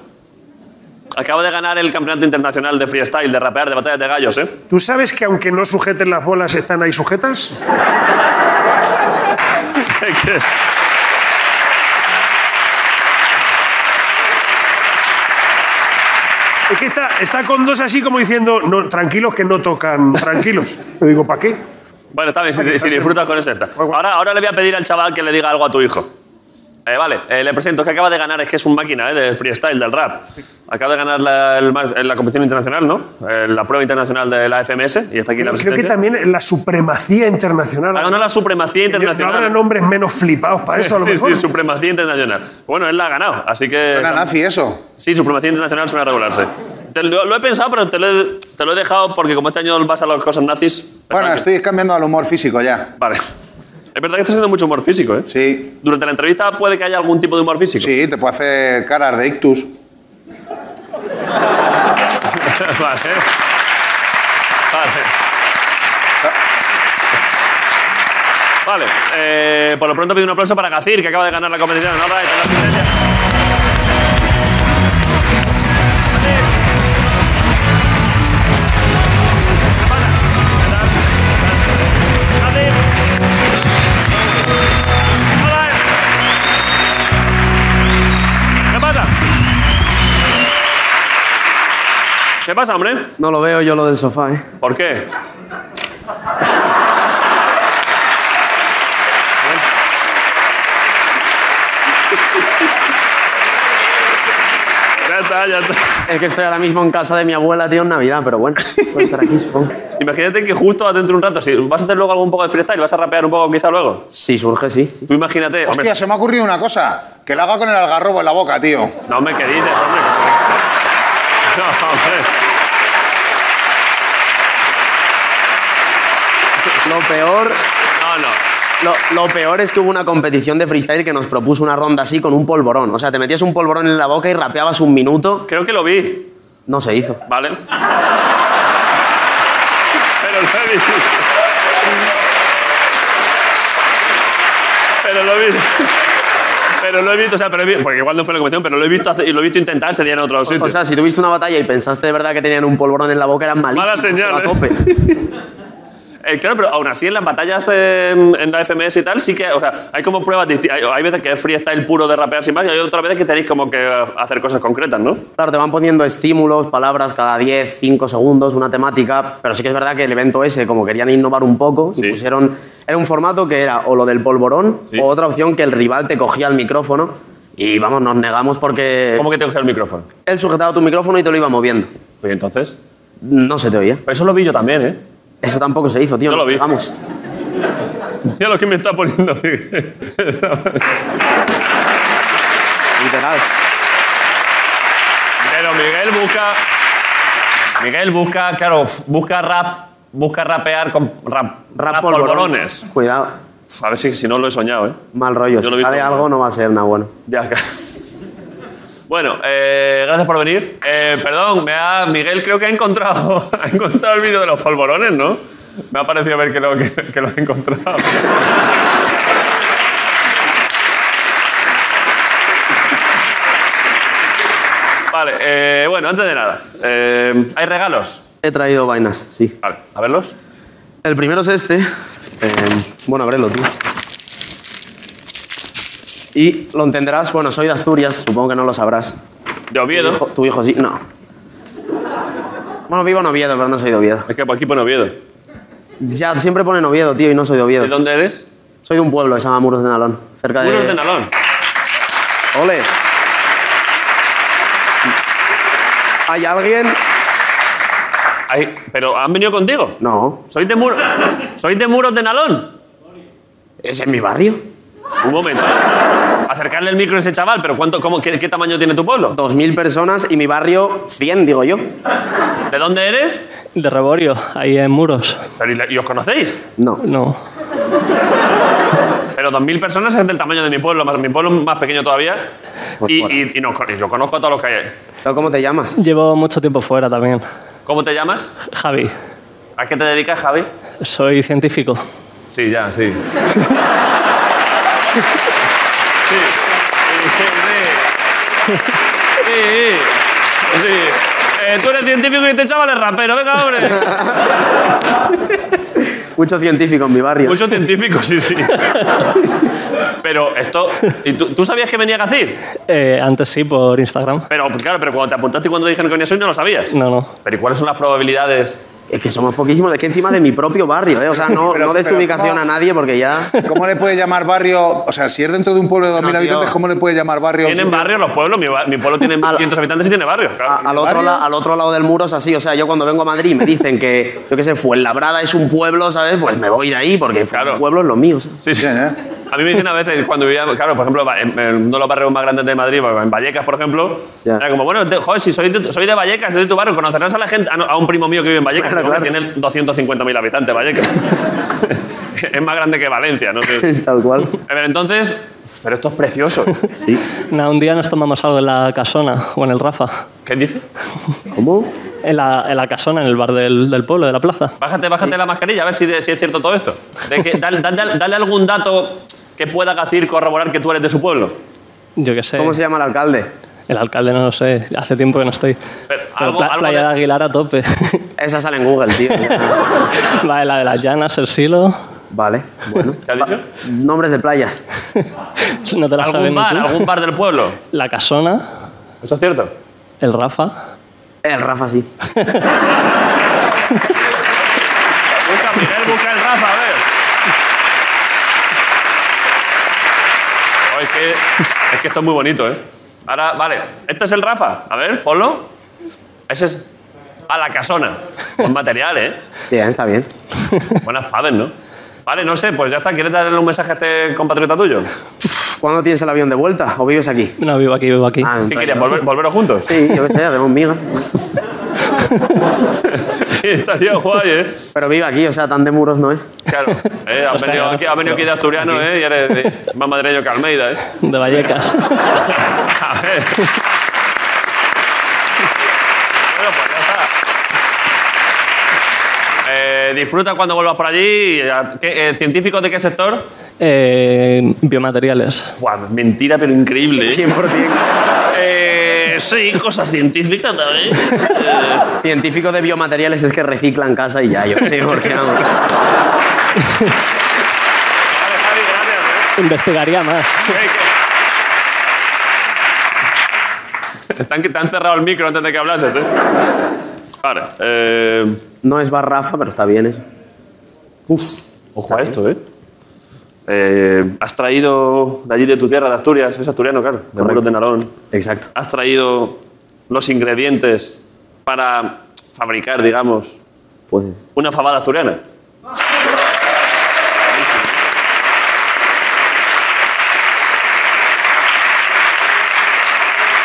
Acaba de ganar el campeonato internacional de freestyle, de rapear, de batallas de gallos, ¿eh?
¿Tú sabes que aunque no sujeten las bolas, están ahí sujetas? Es que está, está con dos así como diciendo, no, tranquilos que no tocan, tranquilos. Yo digo, ¿para qué?
Bueno, está bien, si, si disfrutas con eso está. Ahora, ahora le voy a pedir al chaval que le diga algo a tu hijo. Eh, vale, eh, le presento, es que acaba de ganar, es que es un máquina eh, del freestyle, del rap. Acaba de ganar la, el mas- eh, la competición internacional, ¿no? Eh, la prueba internacional de la FMS y está aquí la
Creo que
resistencia.
también la supremacía internacional.
Ha ganado la supremacía
No habrá
internacional.
nombres menos flipados para eso, a lo
sí,
mejor.
sí, supremacía internacional. Bueno, él la ha ganado, así que...
Suena nazi eso.
Sí, supremacía internacional suena regularse. Te lo, lo he pensado, pero te lo he, te lo he dejado porque como este año vas a las cosas nazis...
Bueno, estoy cambiando al humor físico ya.
Vale. Es verdad que estás haciendo mucho humor físico, ¿eh?
Sí,
Durante la entrevista puede que haya algún tipo de humor físico.
sí, te puedo hacer caras de ictus.
vale. Vale. Vale. eh, por lo pronto pido un aplauso para Gacir, que acaba de ganar la competición. All right, la asistencia. Gacir. All right. ¿Qué pasa? ¿Qué pasa, hombre?
No lo veo yo lo del sofá, ¿eh?
¿Por qué? ya está, ya está.
Es que estoy ahora mismo en casa de mi abuela, tío, en Navidad, pero bueno, voy a estar aquí, supongo.
Imagínate que justo dentro de un rato, si vas a hacer luego algún poco de freestyle, vas a rapear un poco quizá luego.
Si surge, sí.
Tú imagínate, hombre,
Hostia, se me ha ocurrido una cosa. Que la haga con el algarrobo en la boca, tío.
no me que dices, hombre. No, hombre.
Lo peor,
No, no.
lo, lo peor es que hubo una competición de freestyle que nos propuso una ronda así con un polvorón. O sea, te metías un polvorón en la boca y rapeabas un minuto.
Creo que lo vi,
No se hizo.
¿vale? Pero lo vi. Pero lo vi. Pero lo he visto, o sea, pero he vi- porque igual no fue la competición, pero lo he visto hacer- y lo he visto intentar, sería en otro sitio.
O sea, si tuviste una batalla y pensaste de verdad que tenían un polvorón en la boca, eran malísimos.
Mala señal,
pero A
¿eh?
tope.
Eh, claro, pero aún así en las batallas eh, en la FMS y tal, sí que, o sea, hay como pruebas distintas. Hay, hay veces que es freestyle puro de rapear sin más y hay otras veces que tenéis como que eh, hacer cosas concretas, ¿no?
Claro, te van poniendo estímulos, palabras cada 10, 5 segundos, una temática, pero sí que es verdad que el evento ese, como querían innovar un poco,
Sí.
y pusieron, era un formato que era o lo del polvorón
Sí.
o otra opción que el rival te cogía el micrófono y vamos, nos negamos porque
¿Cómo que te cogió el micrófono?
él sujetaba tu micrófono y te lo iba moviendo.
Pues entonces.
No se te oía.
Eso lo vi yo también, ¿eh?
Eso tampoco se hizo, tío.
Yo lo vi.
Vamos.
Mira lo que me está poniendo.
Literal.
Pero Miguel busca. Miguel busca, claro, f- busca rap. Busca rapear con rap,
Rap
rap
polvorón.
polvorones.
Cuidado.
A ver si, si no lo he soñado, ¿eh?
Mal rollo.
Yo lo he
si
visto.
sale algo no va a ser nada bueno.
Ya. ca- Bueno, eh, gracias por venir. Eh, perdón, me ha- Miguel creo que ha encontrado, ha encontrado el vídeo de los polvorones, ¿no? Me ha parecido ver que lo, que, que lo ha encontrado. Vale, eh, bueno, antes de nada, eh, ¿hay regalos?
He traído vainas, sí.
Vale, a verlos.
El primero es este. Eh, bueno, abrelo, tío. Y lo entenderás. Bueno, soy de Asturias, supongo que no lo sabrás.
De
Tu
Oviedo.
hijo, tu hijo sí. No. Bueno, vivo en Oviedo, pero no soy de Oviedo.
Es que por aquí pone Oviedo.
Ya, siempre ponen Oviedo, tío, y no soy de
¿De
Oviedo.
dónde eres?
Soy de un pueblo que se llama Muros de Nalón. Cerca de.
Muros de Nalón.
¡Ole! ¿Hay alguien?
Ahí- pero han venido contigo.
No.
¿Sois de, Mur- ¿Sois de Muros de Nalón?
¿Es en mi barrio?
Un momento. Acercarle el micro a ese chaval, pero ¿cuánto, cómo, qué, qué tamaño tiene tu pueblo?
Dos mil personas y mi barrio, 100, digo yo.
¿De dónde eres?
De Reborio, ahí en Muros.
Pero, ¿y, la- y os conocéis?
No.
No.
Pero 2.000 personas es del tamaño de mi pueblo, más mi pueblo es más pequeño todavía.
Pues
y,
bueno.
y- y nos con- y yo conozco a todos los que hay.
¿Pero ¿Cómo te llamas?
Llevo mucho tiempo fuera también.
¿Cómo te llamas?
Javi,
¿A qué te dedicas, Javi?
soy científico.
Sí, ya, sí. sí. Sí, sí, sí. Sí, sí. Sí. Eh, tú eres científico y este chaval es rapero, venga, hombre.
Mucho científico en mi barrio.
Muchos científicos, sí, sí. Pero esto. ¿y tú, tú sabías que venía a Gacir?
Eh, antes sí, por Instagram.
Pero claro, pero cuando te apuntaste y cuando te dijeron que venías hoy no lo sabías.
No, no.
Pero ¿y cuáles son las probabilidades?
Es que somos poquísimos, es que encima de mi propio barrio, ¿eh? O sea, no,
Pero-
no des tu
pero-
ubicación a nadie porque ya.
¿Cómo le puede llamar barrio? O sea, si es dentro de un pueblo de 2.000
tío.
habitantes, ¿cómo le puede llamar barrio? a un
¿Tienen
sitio?
barrios los pueblos? Mi, ba- mi pueblo tiene 1.500 habitantes y tiene barrios, claro.
A- al, otro
barrio?
la- al otro lado del muro es así. O sea, yo cuando vengo a Madrid me dicen que, yo qué sé, Fuenlabrada es un pueblo, ¿sabes? Pues me voy de ahí porque
Claro.
el pueblo es lo mío. ¿sabes?
Sí, sí.
Ya, ya.
A mí me dicen a veces cuando vivía, claro, por ejemplo, en, en uno de los barrios más grandes de Madrid, pues, en Vallecas, por ejemplo,
Ya.
era como, bueno, te- joder, si soy de, soy de Vallecas, soy de tu barrio, conocerás a la gente, a, no- a un primo mío que vive en Vallecas,
Claro,
que hombre,
claro.
tiene 250.000 habitantes, Vallecas. es más grande que Valencia, no sé.
Es tal cual.
A ver, entonces, pero esto es precioso.
Nada, un día nos tomamos algo en la casona o en el Rafa.
¿Qué dice?
¿Cómo?
En la, en la casona, en el bar del, del pueblo, de la plaza.
Bájate, bájate la mascarilla, a ver si, de- si es cierto todo esto. De que- dale, dale- dale algún dato que pueda decir, corroborar que tú eres de su pueblo.
Yo qué sé.
¿Cómo se llama el alcalde?
El alcalde no lo sé. Hace tiempo que no estoy.
Pero
Pero
algo-
pla-
algo
Playa
de-
de... Aguilar a tope.
Esa sale en Google, tío.
vale, la de las llanas, el silo.
vale, bueno.
¿Qué has dicho?
Nombres de playas.
No te la sabes
¿Algún
ni
bar,
tú.
algún bar del pueblo?
La casona,
¿Eso es cierto?
el Rafa.
El Rafa sí.
Busca, Miguel, busca el Rafa, a ver. Oh, es, que, es que esto es muy bonito, ¿eh? Ahora, vale. Este es el Rafa. A ver, ponlo. Ese es. A la casona. Buen material, ¿eh?
Bien, está bien.
Buenas faves, ¿no? Vale, no sé, pues ya está. ¿Quieres darle un mensaje a este compatriota tuyo?
¿Cuándo tienes el avión de vuelta o vives aquí?
No, vivo aquí, vivo aquí.
Ah,
¿Qué querías? ¿Volver, ¿Volveros juntos?
Sí, yo qué sé, hacemos migas.
Sí, estaría guay, ¿eh?
Pero vive aquí, o sea, tan de muros no es.
Claro. Eh, has,
Hostia,
venido
claro.
aquí, has venido aquí de Asturiano, ¿eh? Y eres eh, más madreño que Almeida, ¿eh?
De Vallecas.
A ver. bueno, pues ya está. Eh, disfruta cuando vuelvas por allí. ¿Qué, eh, ¿Científico de qué sector?
Eh, biomateriales.
Buah, mentira, pero increíble. ¿eh?
100%.
Eh, sí, cosa científica también.
Científico de biomateriales es que reciclan casa y ya, yo qué sé, porque vamos.
Vale, Javi, gracias. ¿eh?
Investigaría más.
Están, te han cerrado el micro antes de que hablases, ¿eh? Vale. Eh,
No es barrafa, pero está bien eso.
ojo a esto, ¿eh? Eh, Has traído de allí de tu tierra, de Asturias, es asturiano, claro, de Muros de Narón.
Exacto.
Has traído los ingredientes para fabricar, digamos,
Pues.
Una fabada asturiana.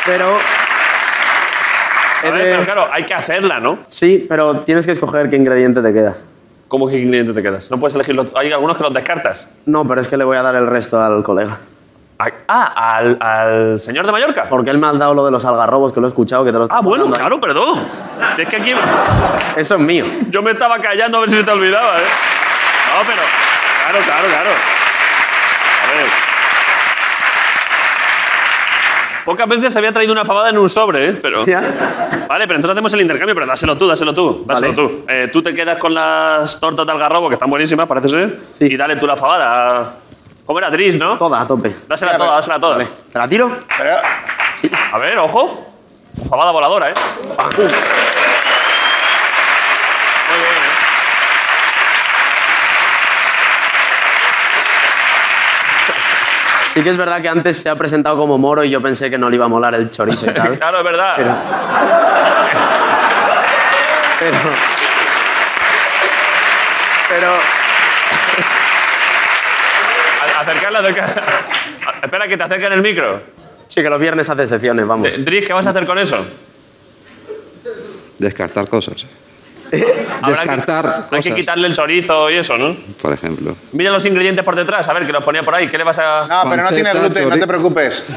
Pero.
A ver, pero claro, hay que hacerla, ¿no?
Sí, pero tienes que escoger qué ingrediente te quedas.
¿Cómo que qué ingrediente te quedas? No puedes elegirlo. Hay algunos que los descartas.
No, pero es que le voy a dar el resto al colega.
Ah, al, al señor de Mallorca.
Porque él me ha dado lo de los algarrobos, que lo he escuchado, que te los
Ah, bueno, claro, perdón. Si es que aquí.
Eso es mío.
Yo me estaba callando a ver si se te olvidaba, ¿eh? No, pero. Claro, claro, claro. A ver. Pocas veces había traído una fabada en un sobre, ¿eh? Pero... Vale, pero entonces hacemos el intercambio, pero dáselo tú, dáselo tú. Dáselo tú. Eh, tú te quedas con las tortas de algarrobo, que están buenísimas, parece ser. Y dale tú la fabada. a- ¿Cómo era? Dris, ¿no?
Toda, a tope.
Dásela toda, dásela toda.
¿Te la tiro?
A ver, ojo. Fabada voladora, ¿eh? Pam, pum. ¿eh?
Sí que es verdad que antes se ha presentado como moro y yo pensé que no le iba a molar el chorizo y tal.
Claro, es verdad.
Pero... Pero...
A- Acercarla, acercarla. A- Espera que te acerquen el micro.
Sí, que los viernes hace excepciones, vamos.
Eh, Dris, ¿qué vas a hacer con eso?
Descartar cosas,
Habrá que-
Descartar
Hay que
cosas.
quitarle el chorizo y eso, ¿no?
por ejemplo.
Mira los ingredientes por detrás, a ver, que los ponía por ahí. ¿Qué le vas a...?
No, pero no tiene
Panceta,
gluten, no
chorizo.
te preocupes.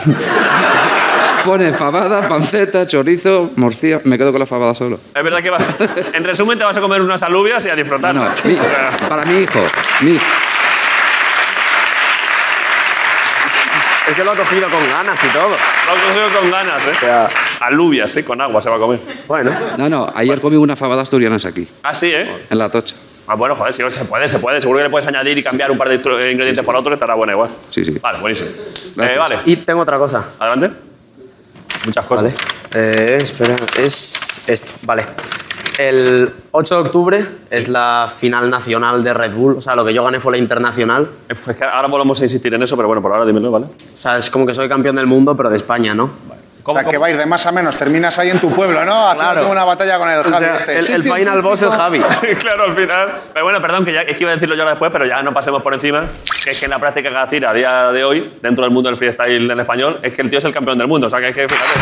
Pone fabada, panceta, chorizo, morcilla. Me quedo con la fabada solo.
Es verdad que va... En resumen, te vas a comer unas alubias y a disfrutarlas.
Mi-
O sea,
para mi hijo. mi-
Es que lo ha cogido con ganas y todo.
lo he cogido con ganas, ¿eh? Alubias, ¿eh? Con agua se va a comer.
Bueno.
No, no, ayer comí una fabada asturianas aquí,
Ah, sí, ¿eh?
en la tocha.
Ah, bueno, joder, sí, se puede, se puede. Seguro que le puedes añadir y cambiar un par de instru- eh, ingredientes por otro, estará buena igual.
Sí, sí.
Vale, buenísimo. Eh, vale,
Y tengo otra cosa.
adelante. Muchas
Vale.
cosas.
Eh, espera, es esto. Vale. El 8 de octubre es la final nacional de Red Bull. O sea, lo que yo gané fue la internacional.
Eh, pues es que ahora volvemos a insistir en eso, pero bueno, por ahora dímelo, ¿vale?
O sea, es como que soy campeón del mundo, pero de España, ¿no?
O sea, que va a ir de más a menos. Terminas ahí en tu pueblo, ¿no? Haciendo
Claro.
una batalla con el Javi. este.
el, el final boss es Javi.
claro, al final. Pero bueno, perdón, que ya es que iba a decirlo yo ahora después, pero ya no pasemos por encima. Que es que en la práctica Gacir a día de hoy, dentro del mundo del freestyle en español, es que el tío es el campeón del mundo. O sea, que es que fíjate.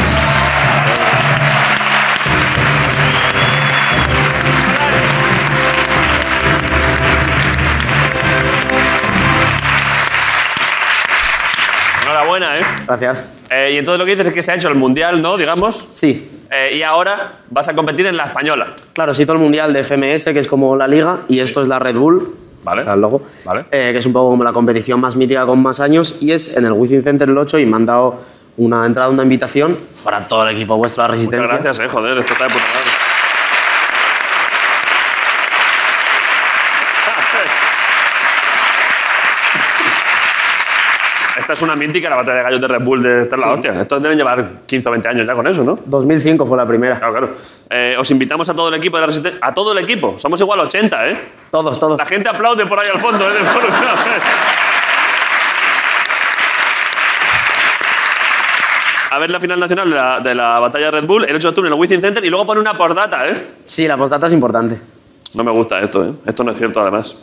Enhorabuena, ¿eh?
Gracias.
Eh, Y entonces lo que dices es que se ha hecho el mundial, ¿no? Digamos.
Sí.
Eh, y ahora vas a competir en la española.
Claro, se hizo el mundial de FMS, que es como la liga, y esto es la Red Bull.
Vale.
Está el logo.
Vale.
eh, que es un poco como la competición más mítica con más años, y es en el Wizzing Center el 8, y me han dado una entrada, una invitación para todo el equipo vuestro, la Resistencia.
Muchas gracias, eh, joder, esto está de puta madre. Esta es una mítica, la batalla de gallos de Red Bull de esta es la hostia. Estos deben llevar 15 o 20 años ya con eso, ¿no?
2005 fue la primera.
Claro, claro. Eh, os invitamos a todo el equipo de la Resistencia. A todo el equipo. Somos igual 80, ¿eh?
Todos, todos.
La gente aplaude por ahí al fondo, ¿eh? del foro. A ver la final nacional de la, de la batalla de Red Bull, el 8 de octubre en el Wizzing Center y luego pone una postdata, ¿eh?
Sí, la postdata es importante.
No me gusta esto, ¿eh? Esto no es cierto, además.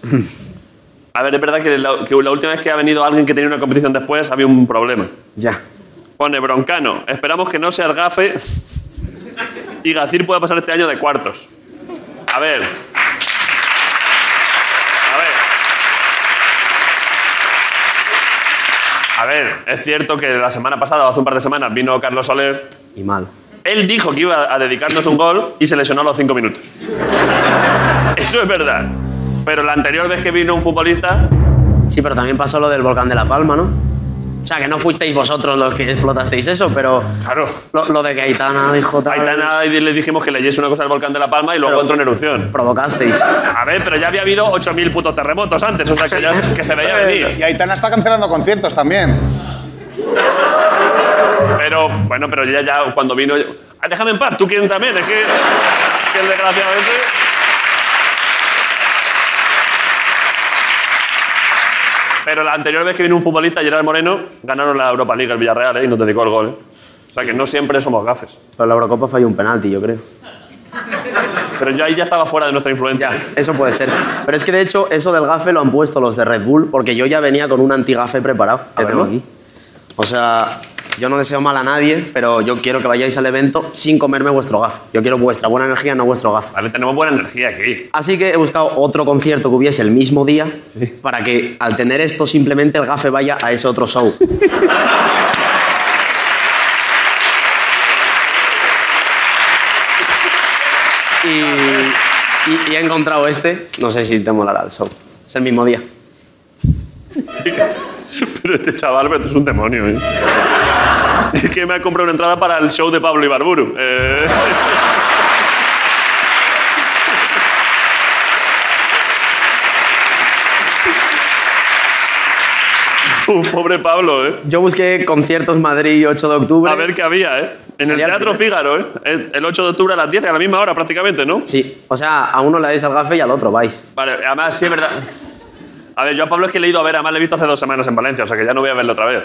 A ver, es verdad que la, que la última vez que ha venido alguien que tenía una competición después había un problema.
Ya.
Pone Broncano, esperamos que no se gafe y Gacir pueda pasar este año de cuartos. A ver. A ver. A ver, es cierto que la semana pasada, o hace un par de semanas, vino Carlos Soler.
Y mal.
Él dijo que iba a dedicarnos un gol y se lesionó a los cinco minutos. Eso es verdad. Pero la anterior vez que vino un futbolista,
Sí, pero también pasó lo del volcán de La Palma, ¿no? O sea, que no fuisteis vosotros los que explotasteis eso, pero
claro,
lo, lo de que Aitana dijo tal...
Aitana y le dijimos que leyese una cosa del volcán de La Palma y luego
Pero-
entró en erupción.
Provocasteis.
A ver, pero ya había habido 8.000 putos terremotos antes, o sea que ya que se veía venir.
Y Aitana está cancelando conciertos también.
Pero bueno, pero ya, ya cuando vino. yo- Ah, déjame en paz, tú quién también, es que. que el desgraciadamente. Pero la anterior vez que vino un futbolista, Gerard Moreno, ganaron la Europa League, el Villarreal, ¿eh? y nos dedicó el gol. ¿eh? O sea que no siempre somos gafes.
Pero la Eurocopa falló un penalti, yo creo.
Pero yo ahí ya estaba fuera de nuestra influencia.
Eso puede ser. Pero es que de hecho, eso del gafe lo han puesto los de Red Bull, porque yo ya venía con un antigafe preparado. que tengo aquí. O sea, yo no deseo mal a nadie, pero yo quiero que vayáis al evento sin comerme vuestro gafe. Yo quiero vuestra buena energía, no vuestro gafe.
Vale, tenemos buena energía aquí.
Así que he buscado otro concierto que hubiese el mismo día para que al tener esto simplemente el gafe vaya a ese otro show. y, y- y he encontrado este. No sé si te molará el show. Es el mismo día.
Pero este chaval, pero tú es un demonio, ¿eh? Es que me ha comprado una entrada para el show de Pablo Ibarburu. Eh, pobre Pablo, ¿eh?
Yo busqué conciertos Madrid 8 de octubre.
a ver qué había, ¿eh? En el
Sería el
Teatro Fígaro, ¿eh? Es El 8 de octubre a las 10, a la misma hora prácticamente, ¿no?
Sí. O sea, a uno le dais al gafe y al otro vais.
Vale, además sí es verdad. A ver, yo a Pablo es que le he ido a ver, además le he visto hace dos semanas en Valencia, o sea que ya no voy a verlo otra vez.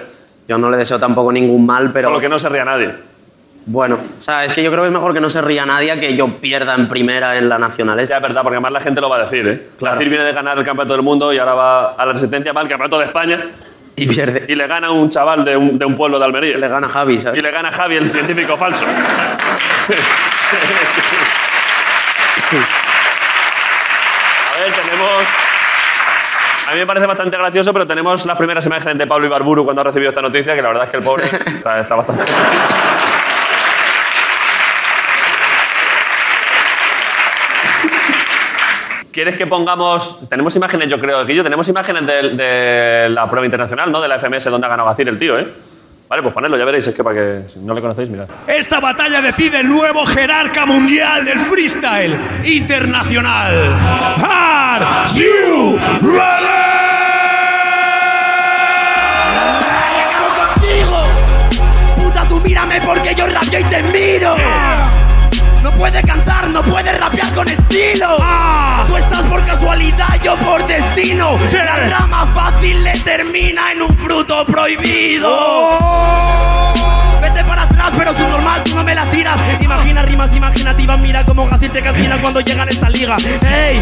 Yo no le deseo tampoco ningún mal, pero...
Solo que no se ría nadie.
Bueno, o sea, es que yo creo que es mejor que no se ría nadie a que yo pierda en primera en la nacional.
Ya es verdad, porque además la gente lo va a decir, ¿eh? Claro. viene de ganar el campeonato del mundo y ahora va a la resistencia, va al campeonato de España.
Y pierde.
Y le gana un chaval de un, de un pueblo de Almería. Le
gana Javi, ¿sabes?
Y le gana Javi, el científico falso. A ver, tenemos. A mí me parece bastante gracioso, pero tenemos las primeras imágenes de Pablo Ibarburu cuando ha recibido esta noticia, que la verdad es que el pobre está, está bastante. ¿Quieres que pongamos.? Tenemos imágenes, yo creo, Guillo, tenemos imágenes de, de la prueba internacional, ¿no? De la FMS donde ha ganado Gacir el tío, ¿eh? Vale, pues ponedlo, ya veréis, es que para que. Si no le conocéis, mirad.
Esta batalla decide el nuevo jerarca mundial del freestyle internacional. Are you ready?
contigo. Puta, tú mírame porque yo rapio y te miro.
Eh.
No puede cantar, no puede rapear con estilo.
Ah.
Tú estás por casualidad, yo por destino. La rama fácil le termina en un fruto prohibido.
Oh.
¡Oh!
Vete para atrás, pero es normal, tú no me la tiras. Imagina rimas imaginativas, mira cómo Gacir te
Eh.
cancina cuando llegan a esta liga. Hey,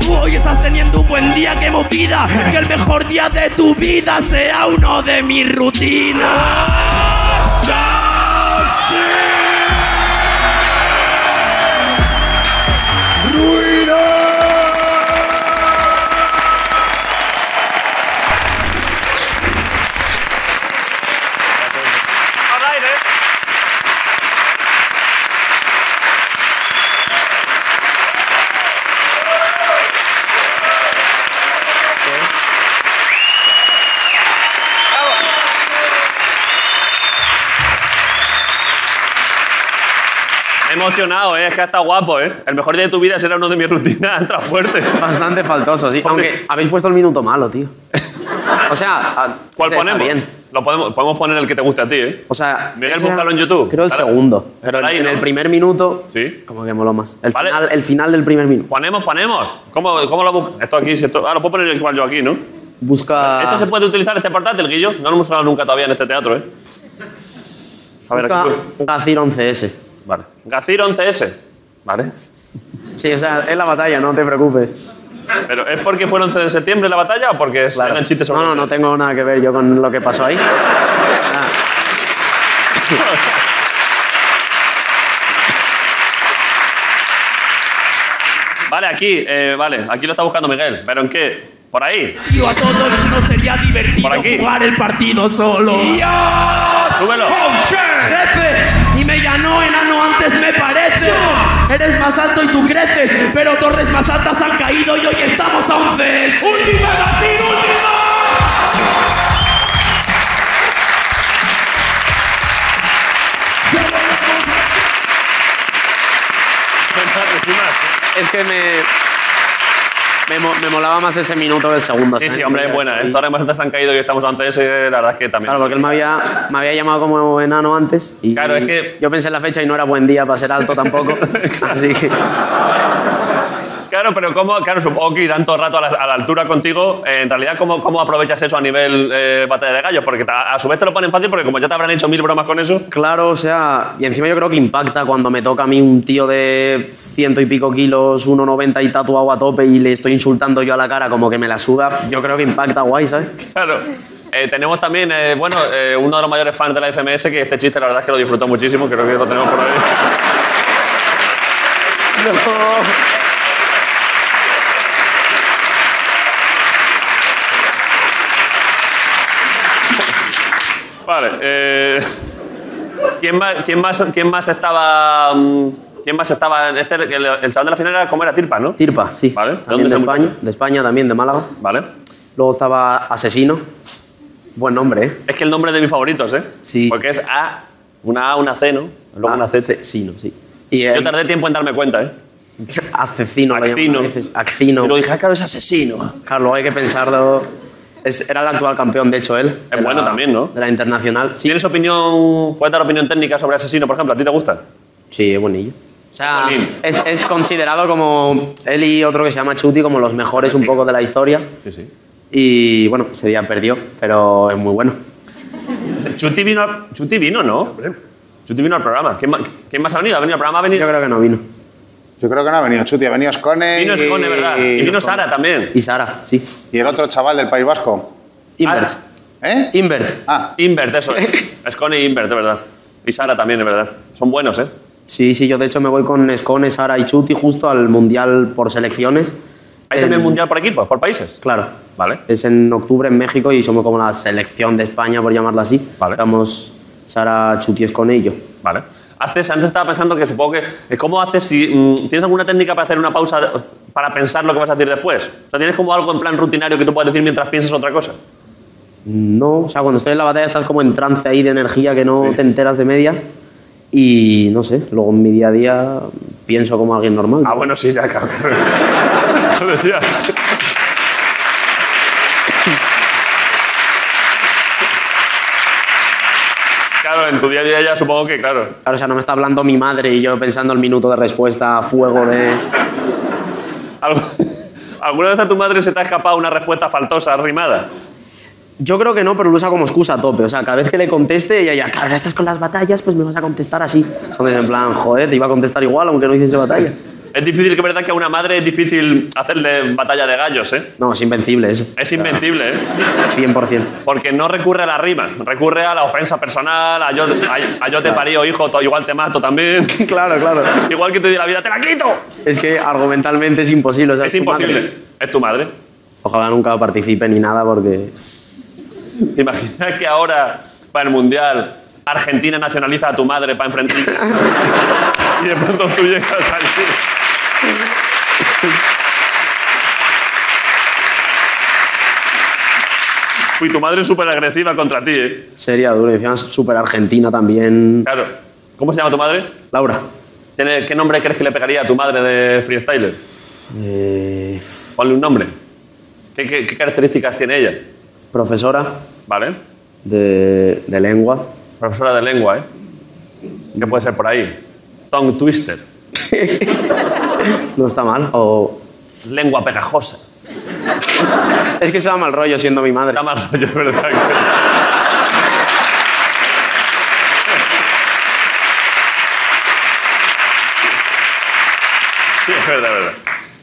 tú hoy estás teniendo un buen día, qué movida. Que el mejor día de tu vida sea uno de mi rutina.
¡Ruido!
Me he emocionado, ¿eh? Es que está guapo, ¿eh? El mejor día de tu vida será uno de mis rutinas. Entra fuerte.
Bastante faltoso, sí. Aunque habéis puesto el minuto malo, tío. O sea,
¿Cuál
sí, está
ponemos?
bien.
Lo podemos, podemos poner el que te guste a ti, ¿eh?
O sea,
Miguel,
ese era-
búscalo en YouTube.
Creo el
Ahora-
segundo. Pero en-
Ahí,
en
¿no?
el primer minuto,
Sí.
como que moló más. El,
Vale.
final, el final del primer minuto.
Ponemos, ponemos. ¿Cómo, cómo lo busco? Esto aquí, si esto. Ah, lo puedo poner igual yo aquí, ¿no?
Busca.
Esto se puede utilizar, este portátil, Guillo. No lo hemos usado nunca todavía en este teatro, ¿eh? A ver,
Busca
aquí. pues-
Gazir 11S.
Vale. Gacir 11S. Vale.
Sí, o sea, es la batalla, no te preocupes.
¿Pero es porque fue el 11 de septiembre la batalla o porque es eran chistes sobre
No, no, no tengo nada que ver yo con lo que pasó ahí.
Ah. Vale, aquí, eh, vale, aquí lo está buscando Miguel. ¿Pero en qué? ¿Por ahí?
Yo a todos no sería divertido
¿Por aquí?
jugar el partido solo.
¡Súbelo!
Jefe, y me llanó enano antes me parece. Eres más alto y tú creces, pero torres más altas han caído y hoy estamos a 11. ¡Última, Gacir, última!
Es que me. Me, mo- me molaba más ese minuto del segundo.
Sí,
¿sabes?
sí, hombre, es buena. ¿eh?
Ahí.
Ahora más altas han caído y estamos ante ese, la verdad es que también.
Claro, porque él me había, me había llamado como enano antes. Y
Claro, es que-
Yo pensé en la fecha y no era buen día para ser alto tampoco. así que.
Claro, Claro, pero ¿cómo? Claro, supongo que irán todo el rato a la, a la altura contigo. Eh, en realidad, ¿cómo, cómo aprovechas eso a nivel eh, batalla de gallos? Porque ta- a su vez te lo ponen fácil porque como ya te habrán hecho mil bromas con eso.
Claro, o sea, y encima yo creo que impacta cuando me toca a mí un tío de ciento y pico kilos, 1,90 y tatuado a tope y le estoy insultando yo a la cara como que me la suda. Yo creo que impacta guay, ¿sabes?
Claro. Eh, tenemos también, eh, bueno, eh, uno de los mayores fans de la FMS, que este chiste la verdad es que lo disfrutó muchísimo, creo que lo tenemos por ahí. Vale. eh, ¿quién, más, quién, más, ¿Quién más estaba...? mm, ¿Quién más estaba? Este, el, el chaval de la final era, ¿cómo era? Tirpa, ¿no?
Tirpa, sí.
Vale.
También de
es el
España, de España también, de Málaga.
Vale.
Luego estaba Asesino. Buen nombre, ¿eh?
Es que el nombre es de mis favoritos, ¿eh? Sí. Porque es A, una A, una C, ¿no? Luego una C.
Asesino, sí.
Yo tardé tiempo en darme cuenta, ¿eh?
Asesino. lo
Asesino.
llaman a veces, Asesino.
Y lo dije, ah, claro, es asesino.
Carlos, hay que pensarlo. Es- era el actual campeón, de hecho, él.
Es bueno también, ¿no?
De la internacional. Sí,
¿Tienes opinión, puedes dar opinión técnica sobre asesino, por ejemplo? ¿A ti te gusta?
sí es bonillo. O sea, es, es considerado como él y otro que se llama Chuti como los mejores un poco de la historia.
Sí, sí.
Y bueno, ese día perdió, pero es muy bueno.
Chuti vino, al- Chuti vino ¿no? Chuti vino al programa. ¿Quién más, quién más ha venido? ¿Ha venido al programa? ¿Ha venido? Yo
creo que no vino.
Yo creo que no ha venido Chuti, ha venido Scone.
Vino
y-
Escone, ¿verdad? Y vino Sara también.
Y Sara, sí.
¿Y el otro chaval del País Vasco?
Invert.
¿Eh?
Invert.
Ah.
Invert, eso es. Escone y Invert, de verdad. Y Sara también, de verdad. Son buenos, ¿eh?
Sí, sí, yo de hecho me voy con Escone, Sara y Chuti justo al Mundial por selecciones.
¿Hay también mundial por equipos, por países?
Claro.
Vale.
Es en octubre en México y somos como la selección de España, por llamarla así. Vale. Estamos Sara, Chuti, Escone y yo.
Vale. Haces, antes estaba pensando que supongo que. eh, ¿Cómo haces si. mm, ¿Tienes alguna técnica para hacer una pausa de- para pensar lo que vas a decir después? O sea, ¿tienes como algo en plan rutinario que tú puedes decir mientras piensas otra cosa?
No, o sea, cuando estoy en la batalla estás como en trance ahí de energía que no te enteras de media. Y no sé, luego en mi día a día pienso como alguien normal.
Ah, bueno, sí, ya, claro. Lo decía. Claro, en tu día a día ya supongo que, claro.
Claro, o sea, no me está hablando mi madre y yo pensando el minuto de respuesta a fuego de...
Al- ¿Alguna vez a tu madre se te ha escapado una respuesta faltosa, arrimada?
Yo creo que no, pero lo usa como excusa a tope. O sea, cada vez que le conteste, ella ya, claro, ahora estás con las batallas, pues me vas a contestar así. Entonces, en plan, joder, te iba a contestar igual aunque no hiciese batalla.
Es difícil, que verdad que a una madre es difícil hacerle batalla de gallos, ¿eh?
No, es invencible eso.
Es invencible, ¿eh?
100%.
Porque no recurre a la rima, recurre a la ofensa personal, a yo, a- a yo te parío, hijo, to- igual te mato también.
Claro, claro.
Igual que te di la vida, te la quito.
Es que argumentalmente es imposible. o sea,
Es
tu madre-
imposible. Es tu madre.
Ojalá nunca participe ni nada porque...
¿Te imaginas que ahora, para el Mundial, Argentina nacionaliza a tu madre para enfrentar... y de pronto tú llegas allí. Fui tu madre súper agresiva contra ti, ¿eh?
Sería duro. Y encima es súper argentina también.
Claro. ¿Cómo se llama tu madre?
Laura.
¿Tiene- ¿Qué nombre crees que le pegaría a tu madre de freestyler?
Eh,
Ponle un nombre. ¿Qué, qué- qué características tiene ella?
profesora
¿Vale?
de, de lengua.
Profesora de lengua, ¿eh? ¿Qué puede ser por ahí? Tongue twister.
No está mal. O...
Lengua pegajosa.
Es que se da mal rollo siendo mi madre.
Da mal rollo, es verdad. que- Sí, es verdad, es verdad.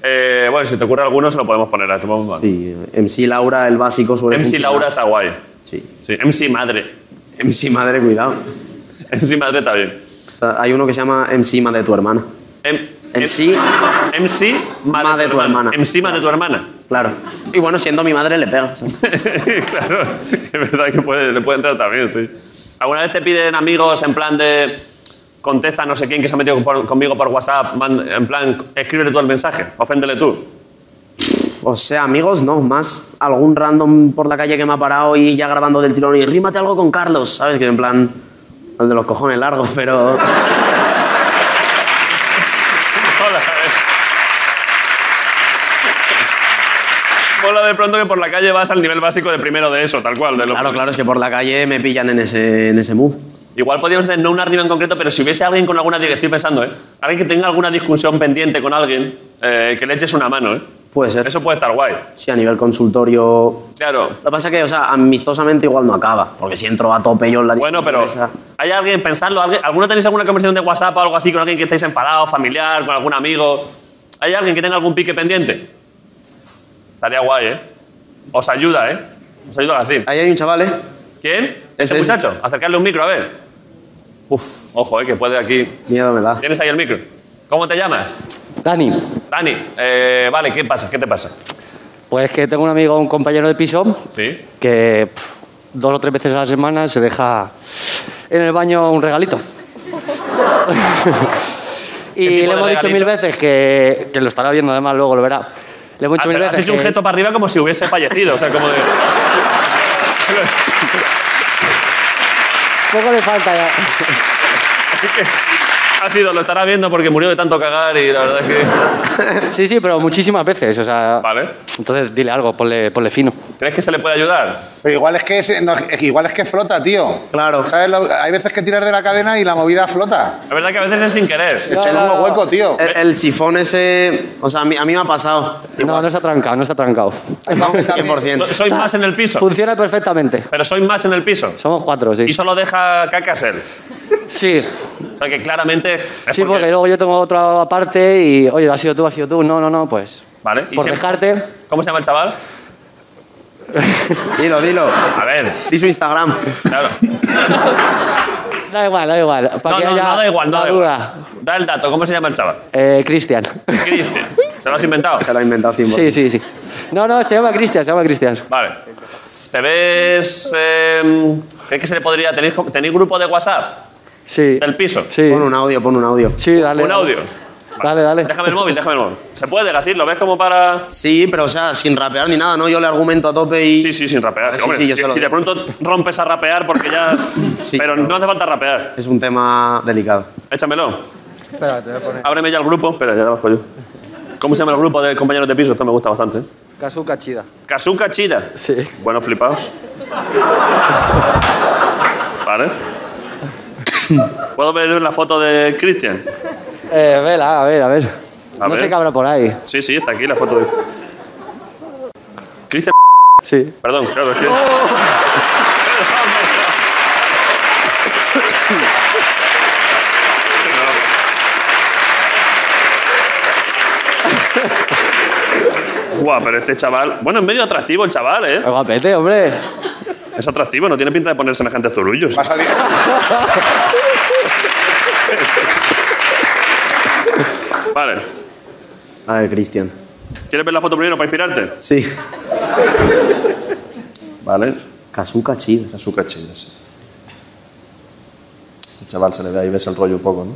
Eh, bueno, si te ocurre alguno, se lo podemos poner a tu mamá.
Sí, MC Laura, el básico suele
MC
funcionar.
Laura está guay.
Sí.
Sí, MC Madre.
MC Madre, cuidado.
MC Madre está bien.
Está- hay uno que se llama MC Madre de tu hermana.
Em-
MC,
MC Madre,
Madre
de tu hermana. MC Madre de tu hermana.
claro. Y bueno, siendo mi madre le pega.
claro, es verdad que puede, le puede entrar también, sí. ¿Alguna vez te piden amigos en plan de contesta no sé quién que se ha metido por- conmigo por WhatsApp, man- en plan escríbele tú el mensaje, oféndele tú?
O sea, amigos, no, más algún random por la calle que me ha parado y ya grabando del tirón y rímate algo con Carlos, ¿sabes? Que en plan, el de los cojones largos, pero...
Hola, eh. Mola de pronto que por la calle vas al nivel básico de primero de eso, tal cual. De lo-
Claro, claro, es que por la calle me pillan en ese, en ese mood.
Igual podríamos tener no una rima en concreto, pero si hubiese alguien con alguna... di- Estoy pensando, ¿eh? Alguien que tenga alguna discusión pendiente con alguien eh, que le eches una mano, ¿eh? Puede ser. Eso puede estar guay.
Sí, a nivel consultorio.
Claro.
Lo que pasa es que, o sea, amistosamente igual no acaba. Porque si entro a tope yo en la
Bueno, pero ¿hay alguien, pensadlo, alguien- ¿alguno tenéis alguna conversación de WhatsApp o algo así con alguien que estáis enfadados, familiar, con algún amigo? ¿Hay alguien que tenga algún pique pendiente? Estaría guay, ¿eh? Os ayuda, ¿eh? Os ayuda a decir.
Ahí hay un chaval, ¿eh?
¿Quién?
Ese,
Ese
ese.
muchacho. Acercarle un micro, a ver. Uf, ojo, ¿eh? Que puede aquí...
Miedo me da.
¿Tienes ahí el micro? ¿Cómo te llamas?
Dani,
Dani, eh, vale, ¿qué pasa? ¿Qué te pasa?
pues que tengo un amigo, un compañero de piso,
¿Sí?
que pf, dos o tres veces a la semana se deja en el baño un regalito. y le
tipo de
hemos dicho
regalito?
mil veces que, que lo estará viendo, además luego lo verá. Le hemos dicho
Ah,
mil
pero
veces
Has hecho un
que-
gesto para arriba como si hubiese fallecido, o sea, como de...
Poco le falta ya.
Ha sido, lo estará viendo porque murió de tanto cagar y la verdad es que...
Sí, sí, pero muchísimas veces, o sea...
Vale.
Entonces dile algo, ponle, ponle fino.
¿Crees que se le puede ayudar?
Pero igual es que, es- no, es que igual es que flota, tío. Claro. ¿Sabes? Lo- hay veces que tiras de la cadena y la movida flota.
La verdad que a veces es sin querer.
Echar un hueco, tío.
Eh,
El, el sifón ese. O sea, a mí, a mí me ha pasado.
No, no está trancado, no está trancado.
100%.
¿Sois más en el piso?
Funciona perfectamente.
Pero sois más en el piso.
Somos cuatro, sí.
Y solo deja cacas él.
Sí.
O sea que claramente... es
Sí, porque luego yo tengo otra aparte y, oye, has sido tú, has sido tú, no, no, no, pues.
Vale. ¿Y
Por
se-
dejarte.
¿Cómo se llama el chaval?
Dilo, dilo.
A ver.
Di su Instagram.
Claro.
Da igual, da igual. Para
No,
que
no,
haya
no da igual, no da
madura.
igual. Da el dato, ¿cómo se llama el chaval?
Eh, Cristian.
Cristian. ¿Se lo has inventado?
Se lo ha inventado 100%.
Sí, sí, sí. No, no, se llama Cristian, se llama Cristian.
Vale. ¿Te ves...? eh, ¿Crees que se le podría... ¿Tenéis, co- ¿Tenéis grupo de WhatsApp?
Sí.
¿Del piso?
Sí.
Pon un audio, pon un audio.
Sí, dale.
¿Un audio?
Dale, dale.
Déjame el móvil, déjame el móvil. ¿Se puede decir? ¿Lo ves como para...?
Sí, pero o sea, sin rapear ni nada, ¿no? Yo le argumento a tope y. Sí,
sí, sin rapear. Hombre,
yo
si,
se lo
si de
digo.
pronto rompes a rapear porque ya... pero no hace falta rapear.
Es un tema delicado.
Échamelo.
Espera, te voy a poner.
Ábreme ya el grupo. Espera, ya lo bajo yo. ¿Cómo se llama el grupo de compañeros de piso? Esto me gusta bastante. ¿eh?
Kazuka Chida.
Kazuka Chida.
Sí.
Bueno, flipaos. Vale. ¿Puedo ver la foto de Cristian?
Eh, vela, a ver, a ver.
A
no
ver.
sé qué habrá por ahí.
Sí, sí, está aquí la foto de. Cristian.
Sí. Oh.
Perdón, claro, es que. Guau, pero este chaval. Bueno, es medio atractivo el chaval, ¿eh?
Guapete, hombre.
Es atractivo, no tiene pinta de poner semejantes zurullos. Vale.
A ver, Cristian.
¿Quieres ver la foto primero para inspirarte?
Sí.
Vale.
Kazuka Chida.
Kazuka Chida, sí. Este chaval se le ve ahí, ves el rollo un poco, ¿no?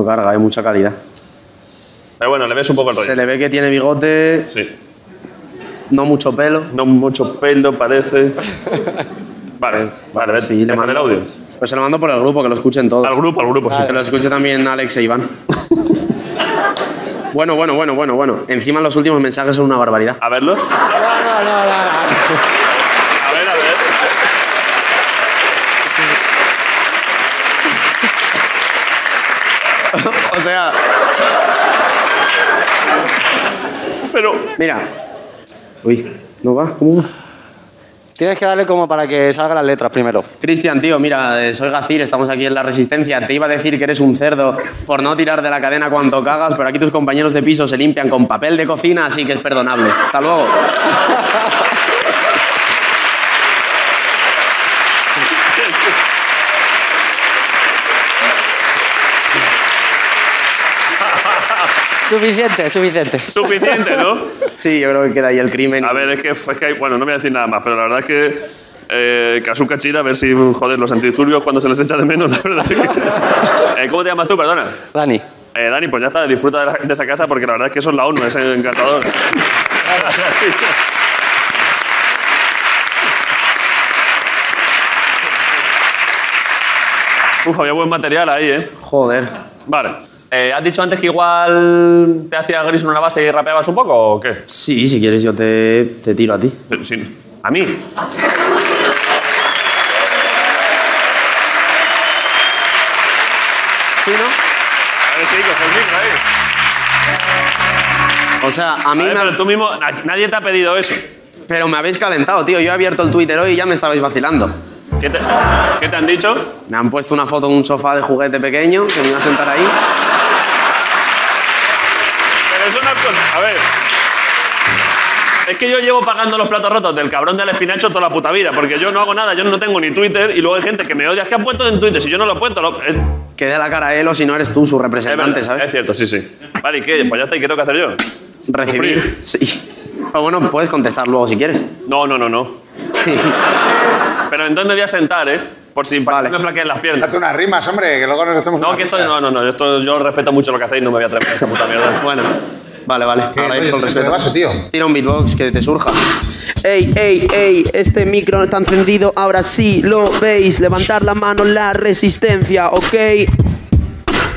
No carga, hay mucha calidad.
Pero bueno, le ves un poco el rollo.
Se le ve que tiene bigote.
Sí.
No mucho pelo.
No mucho pelo, parece. Vale, vale, vete.
Sí, le
Déjame
mando
el audio.
Pues se lo mando por el grupo, que lo escuchen todos.
Al grupo, al grupo, sí.
Que lo escuche también Alex e Iván. bueno, bueno, bueno, bueno, bueno. Encima los últimos mensajes son una barbaridad.
A verlos.
No, no, no, no.
A ver, a ver.
o sea.
Pero.
Mira. Uy, ¿no va? ¿Cómo va?
Tienes que darle como para que salgan las letras primero.
Cristian, tío, mira, eh, soy Gacir, estamos aquí en La Resistencia. Te iba a decir que eres un cerdo por no tirar de la cadena cuanto cagas, pero aquí tus compañeros de piso se limpian con papel de cocina, así que es perdonable. Hasta luego.
Suficiente, suficiente.
Suficiente, ¿no?
Sí, yo creo que queda ahí el crimen.
A ver, es que, es que hay- bueno, no voy a decir nada más, pero la verdad es que eh, Kazuka Chida, a ver si, joder, los antidisturbios cuando se les echa de menos, la verdad es que... Eh, ¿Cómo te llamas tú, perdona?
Dani.
Eh, Dani, pues ya está, disfruta de, la- de esa casa porque la verdad es que eso es la ONU, es encantador. Uf, había buen material ahí, ¿eh?
Joder.
Vale. Eh, ¿Has dicho antes que igual te hacías gris en una base y rapeabas un poco o qué?
Sí, si quieres yo te, te tiro a ti.
Eh, sí. ¿A mí?
¿Sí, no?
A ver, sí, coge el micro ahí.
O sea, a mí me... Pero
tú mismo, nadie te ha pedido eso.
Pero me habéis calentado, tío. Yo he abierto el Twitter hoy y ya me estabais vacilando.
¿Qué te, ¿Qué te han dicho?
Me han puesto una foto de un sofá de juguete pequeño que me iba a sentar ahí.
Pero eso no es con- A ver. Es que yo llevo pagando los platos rotos del cabrón del espinacho toda la puta vida, porque yo no hago nada, yo no tengo ni Twitter y luego hay gente que me odia. ¿Qué han puesto en Twitter? Si yo no lo he puesto, lo- eh, es,
Que dé la cara a él o si no eres tú su representante,
es
¿sabes?
es cierto, sí, sí. Vale, ¿y qué? Pues ya está, ¿y qué tengo que hacer yo?
Recibir. Sí. Pero bueno, puedes contestar luego si quieres.
No, no, no, no. Pero entonces me voy a sentar, ¿eh? Por si para que no me flaqueen las piernas.
Hazte unas rimas, hombre, que luego nos echamos
No, que esto, no, no, no, esto yo respeto mucho lo que hacéis, no me voy a atrever a esta puta mierda.
Bueno, vale, vale. Agradezco el
oye,
respeto.
de base, tío.
Tira un beatbox que te surja.
Ey, ey, ey, este micro no está encendido, ahora sí lo veis. Levantar la mano, la resistencia, ok.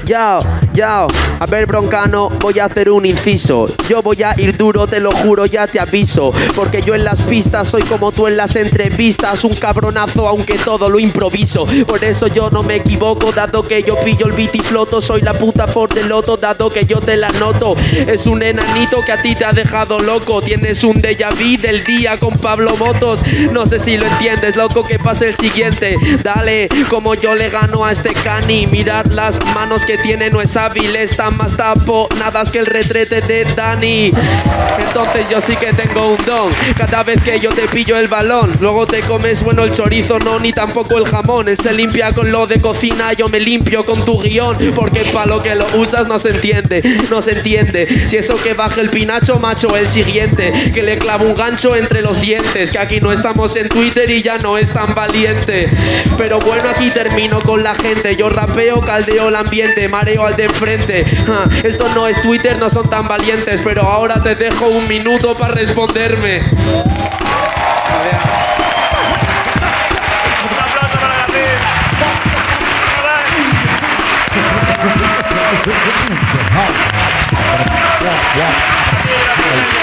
Yao, yao, a ver broncano, voy a hacer un inciso. Yo voy a ir duro, te lo juro, ya te aviso. Porque yo en las pistas soy como tú en las entrevistas, un cabronazo aunque todo lo improviso. Por eso yo no me equivoco, dado que yo pillo el beat y floto, soy la puta por del loto, dado que yo te la noto. Es un enanito que a ti te ha dejado loco, tienes un déjà vu del día con Pablo Motos. No sé si lo entiendes, loco, que pase el siguiente. Dale, como yo le gano a este cani, mirar las manos que tiene no es hábil, están más taponadas que el retrete de Dani. Entonces yo sí que tengo un don, cada vez que yo te pillo el balón, luego te comes bueno el chorizo, no, ni tampoco el jamón. Él se limpia con lo de cocina, yo me limpio con tu guión, porque para lo que lo usas no se entiende, no se entiende. Si eso que baje el pinacho, macho, el siguiente, que le clavo un gancho entre los dientes, que aquí no estamos en Twitter y ya no es tan valiente. Pero bueno, aquí termino con la gente, yo rapeo, caldeo el ambiente, mareo al de enfrente. Ah, esto no es Twitter, no son tan valientes, pero ahora te dejo un minuto para responderme.
Ya, ya.